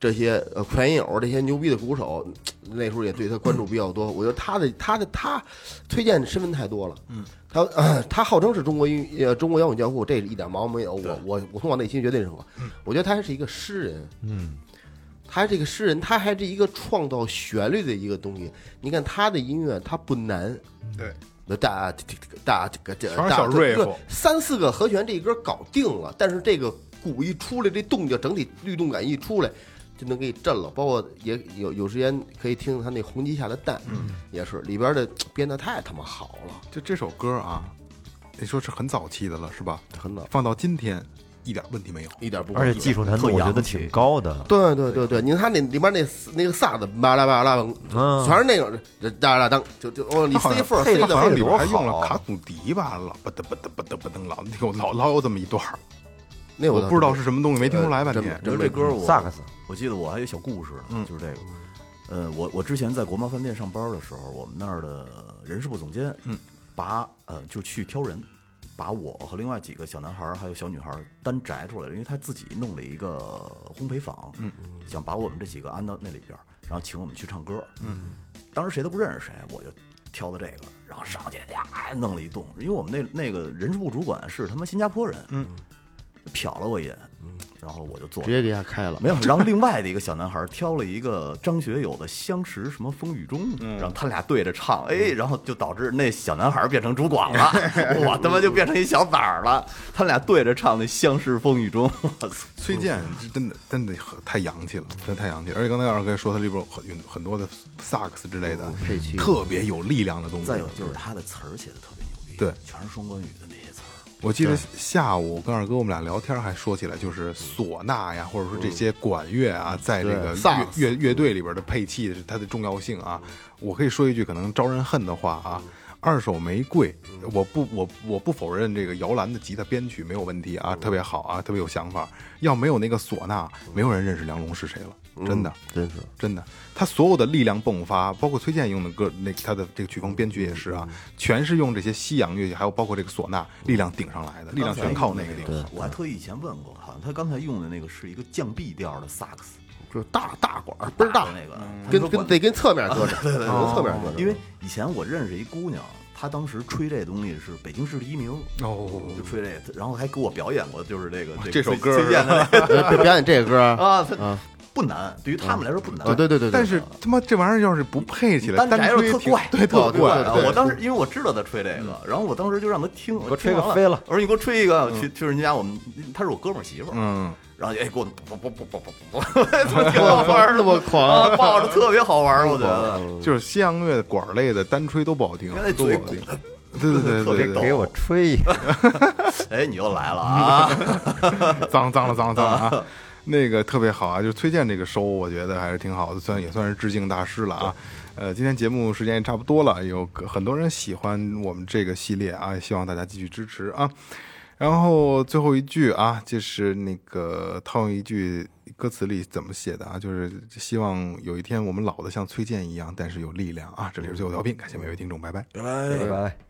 Speaker 4: 这些呃全友这些牛逼的鼓手，那时候也对他关注比较多。我觉得他的他的他推荐的身份太多了，嗯，他、呃他号称是中国音乐呃中国摇滚教父，这一点毛病没有。我我我从我内心绝对认可。
Speaker 3: 嗯
Speaker 4: 我觉得他还是一个诗人，嗯。他这个诗人，他还是一个创造旋律的一个东西。你看他的音乐，他不难，
Speaker 3: 对，
Speaker 4: 那大大这个这
Speaker 3: 嗯全是
Speaker 4: 大
Speaker 3: 小
Speaker 4: 这
Speaker 3: riff
Speaker 4: 这三四个和弦这一歌搞定了，但是这个鼓一出来，这动静整体律动感一出来，就能给你震了。包括也有有时间可以听听他那《红旗下的蛋》，
Speaker 3: 嗯
Speaker 4: 也是里边的编的太他妈好了，
Speaker 3: 就这首歌啊，得说是很早期的了，是吧？
Speaker 4: 很早，
Speaker 3: 放到今天一点问题没有。
Speaker 4: 一点不
Speaker 7: 而且技术难度我觉得挺高的。
Speaker 4: 对对对对，你看他那里边那那个萨子巴拉巴拉，
Speaker 7: 嗯
Speaker 4: 全是那种哒哒当，就就哦，你
Speaker 3: 啊他好
Speaker 4: C
Speaker 3: 像
Speaker 4: 缝儿
Speaker 3: 配
Speaker 4: C
Speaker 3: 的好像
Speaker 4: 的
Speaker 3: 里边还用
Speaker 4: 好
Speaker 3: 了卡古笛吧，老不得不得不得不得老有老老有这么一段儿，
Speaker 4: 那
Speaker 3: 我
Speaker 4: 倒
Speaker 3: 不知道是什么东西，没听出来
Speaker 4: 呃
Speaker 3: 半
Speaker 4: 真
Speaker 3: 天。
Speaker 5: 我觉得
Speaker 4: 真
Speaker 5: 这
Speaker 4: 没
Speaker 5: 歌我
Speaker 7: 萨克斯，
Speaker 5: 我记得我还有小故事呢，就是这个。呃，我我之前在国贸饭店上班的时候，我们那儿的人事部总监，嗯，把呃就去挑人，把我和另外几个小男孩儿还有小女孩儿单摘出来了，因为他自己弄了一个烘焙坊，嗯，想把我们这几个安到那里边儿，然后请我们去唱歌，嗯，当时谁都不认识谁，我就挑的这个，然后上去呀弄了一顿，因为我们那那个人事部主管是他妈新加坡人，嗯，瞟了我一眼，然后我就坐
Speaker 4: 直接给他开了。
Speaker 5: 啊没有，然后另外的一个小男孩挑了一个张学友的《相识什么风雨中》，
Speaker 3: 嗯
Speaker 5: 然后他俩对着唱，哎，然后就导致那小男孩变成主 管了，我他妈就变成一小崽儿了。他俩对着唱那《相识风雨中》， 我操！
Speaker 3: 崔健是真的真的很太洋气了，真的太洋气了。而且刚才二哥说他里边有很有很多的萨克斯之类的
Speaker 4: 配器
Speaker 3: 特别有力量的东西。
Speaker 5: 再有就是他的词儿写的特别牛逼，
Speaker 3: 对
Speaker 5: 全是双关语的那些词儿。
Speaker 3: 我记得下午跟二哥我们俩聊天还说起来，就是唢呐呀，或者说这些管乐啊，在这个
Speaker 4: 对萨克斯
Speaker 3: 乐乐乐队里边的配器是它的重要性啊。我可以说一句可能招人恨的话啊，二手玫瑰，我不我我不否认这个摇篮的吉他编曲没有问题啊，特别好啊，特别有想法。要没有那个唢呐，没有人认识梁龙是谁了，真的。
Speaker 4: 真是，
Speaker 3: 真的，他所有的力量迸发，包括崔健用的歌，那他的这个
Speaker 5: 嗯
Speaker 3: 曲风编曲也是啊，全是用这些西洋乐器，还有包括这个唢呐力量顶上来的，力量全靠那个地方。
Speaker 5: 我还特意以前问过，好像他刚才用的那个是一个降 B 调的萨克斯，
Speaker 4: 就是大大管儿倍儿大
Speaker 3: 啊
Speaker 5: 的，那个，
Speaker 3: 嗯
Speaker 5: 啊他
Speaker 4: 跟
Speaker 5: 说
Speaker 4: 跟
Speaker 5: 管
Speaker 4: 得跟侧面搁着，得跟侧面搁着，
Speaker 5: 因为以前我认识一姑娘，她当时吹这东西是北京市第一名，
Speaker 3: 哦
Speaker 5: 就吹这个，然后还给我表演过，就是这个
Speaker 3: 这首歌
Speaker 5: 崔崔健的那个
Speaker 4: 呃表演这个歌儿
Speaker 5: 啊，她不难，对于他们来说不难，
Speaker 4: 啊，对对对，对
Speaker 3: 但是他妈这玩意儿要是不配起来，
Speaker 5: 单
Speaker 3: 单
Speaker 5: 摘着
Speaker 3: 吹
Speaker 5: 特
Speaker 3: 挺
Speaker 5: 怪，
Speaker 3: 对，特
Speaker 5: 怪
Speaker 3: 怪。
Speaker 5: 啊。我当时因为我知道他吹这个，然后我当时就让他听，我
Speaker 7: 吹
Speaker 5: 听
Speaker 7: 个
Speaker 5: 完
Speaker 7: 飞了
Speaker 5: 我说你给我吹一个，我去去人家我们，他是我哥们儿媳妇儿，
Speaker 3: 嗯，
Speaker 5: 然后就哎给我不不不不不不不，挺好玩儿的，
Speaker 4: 那么狂
Speaker 5: 啊，抱着特别好玩儿，我觉得。
Speaker 3: 就是西洋乐管儿类的单吹都不好听
Speaker 5: 原来，
Speaker 3: 都不
Speaker 5: 嘴
Speaker 3: 好
Speaker 5: 鼓
Speaker 3: 听。对对对
Speaker 5: 特别
Speaker 3: 对
Speaker 5: 抖
Speaker 3: 对
Speaker 7: 给我吹一个，
Speaker 5: 哎，你又来了啊！
Speaker 3: 对， 脏脏了脏了脏了啊！那个特别好啊，就是崔健这个收，我觉得还是挺好的，算也算是致敬大师了啊。呃，今天节目时间也差不多了，有个很多人喜欢我们这个系列啊，也希望大家继续支持啊。然后最后一句啊，就是那个套用一句歌词里怎么写的啊，就是希望有一天我们老的像崔健一样，但是有力量啊。这里是最后调频，感谢每位听众，拜拜。
Speaker 7: 拜拜。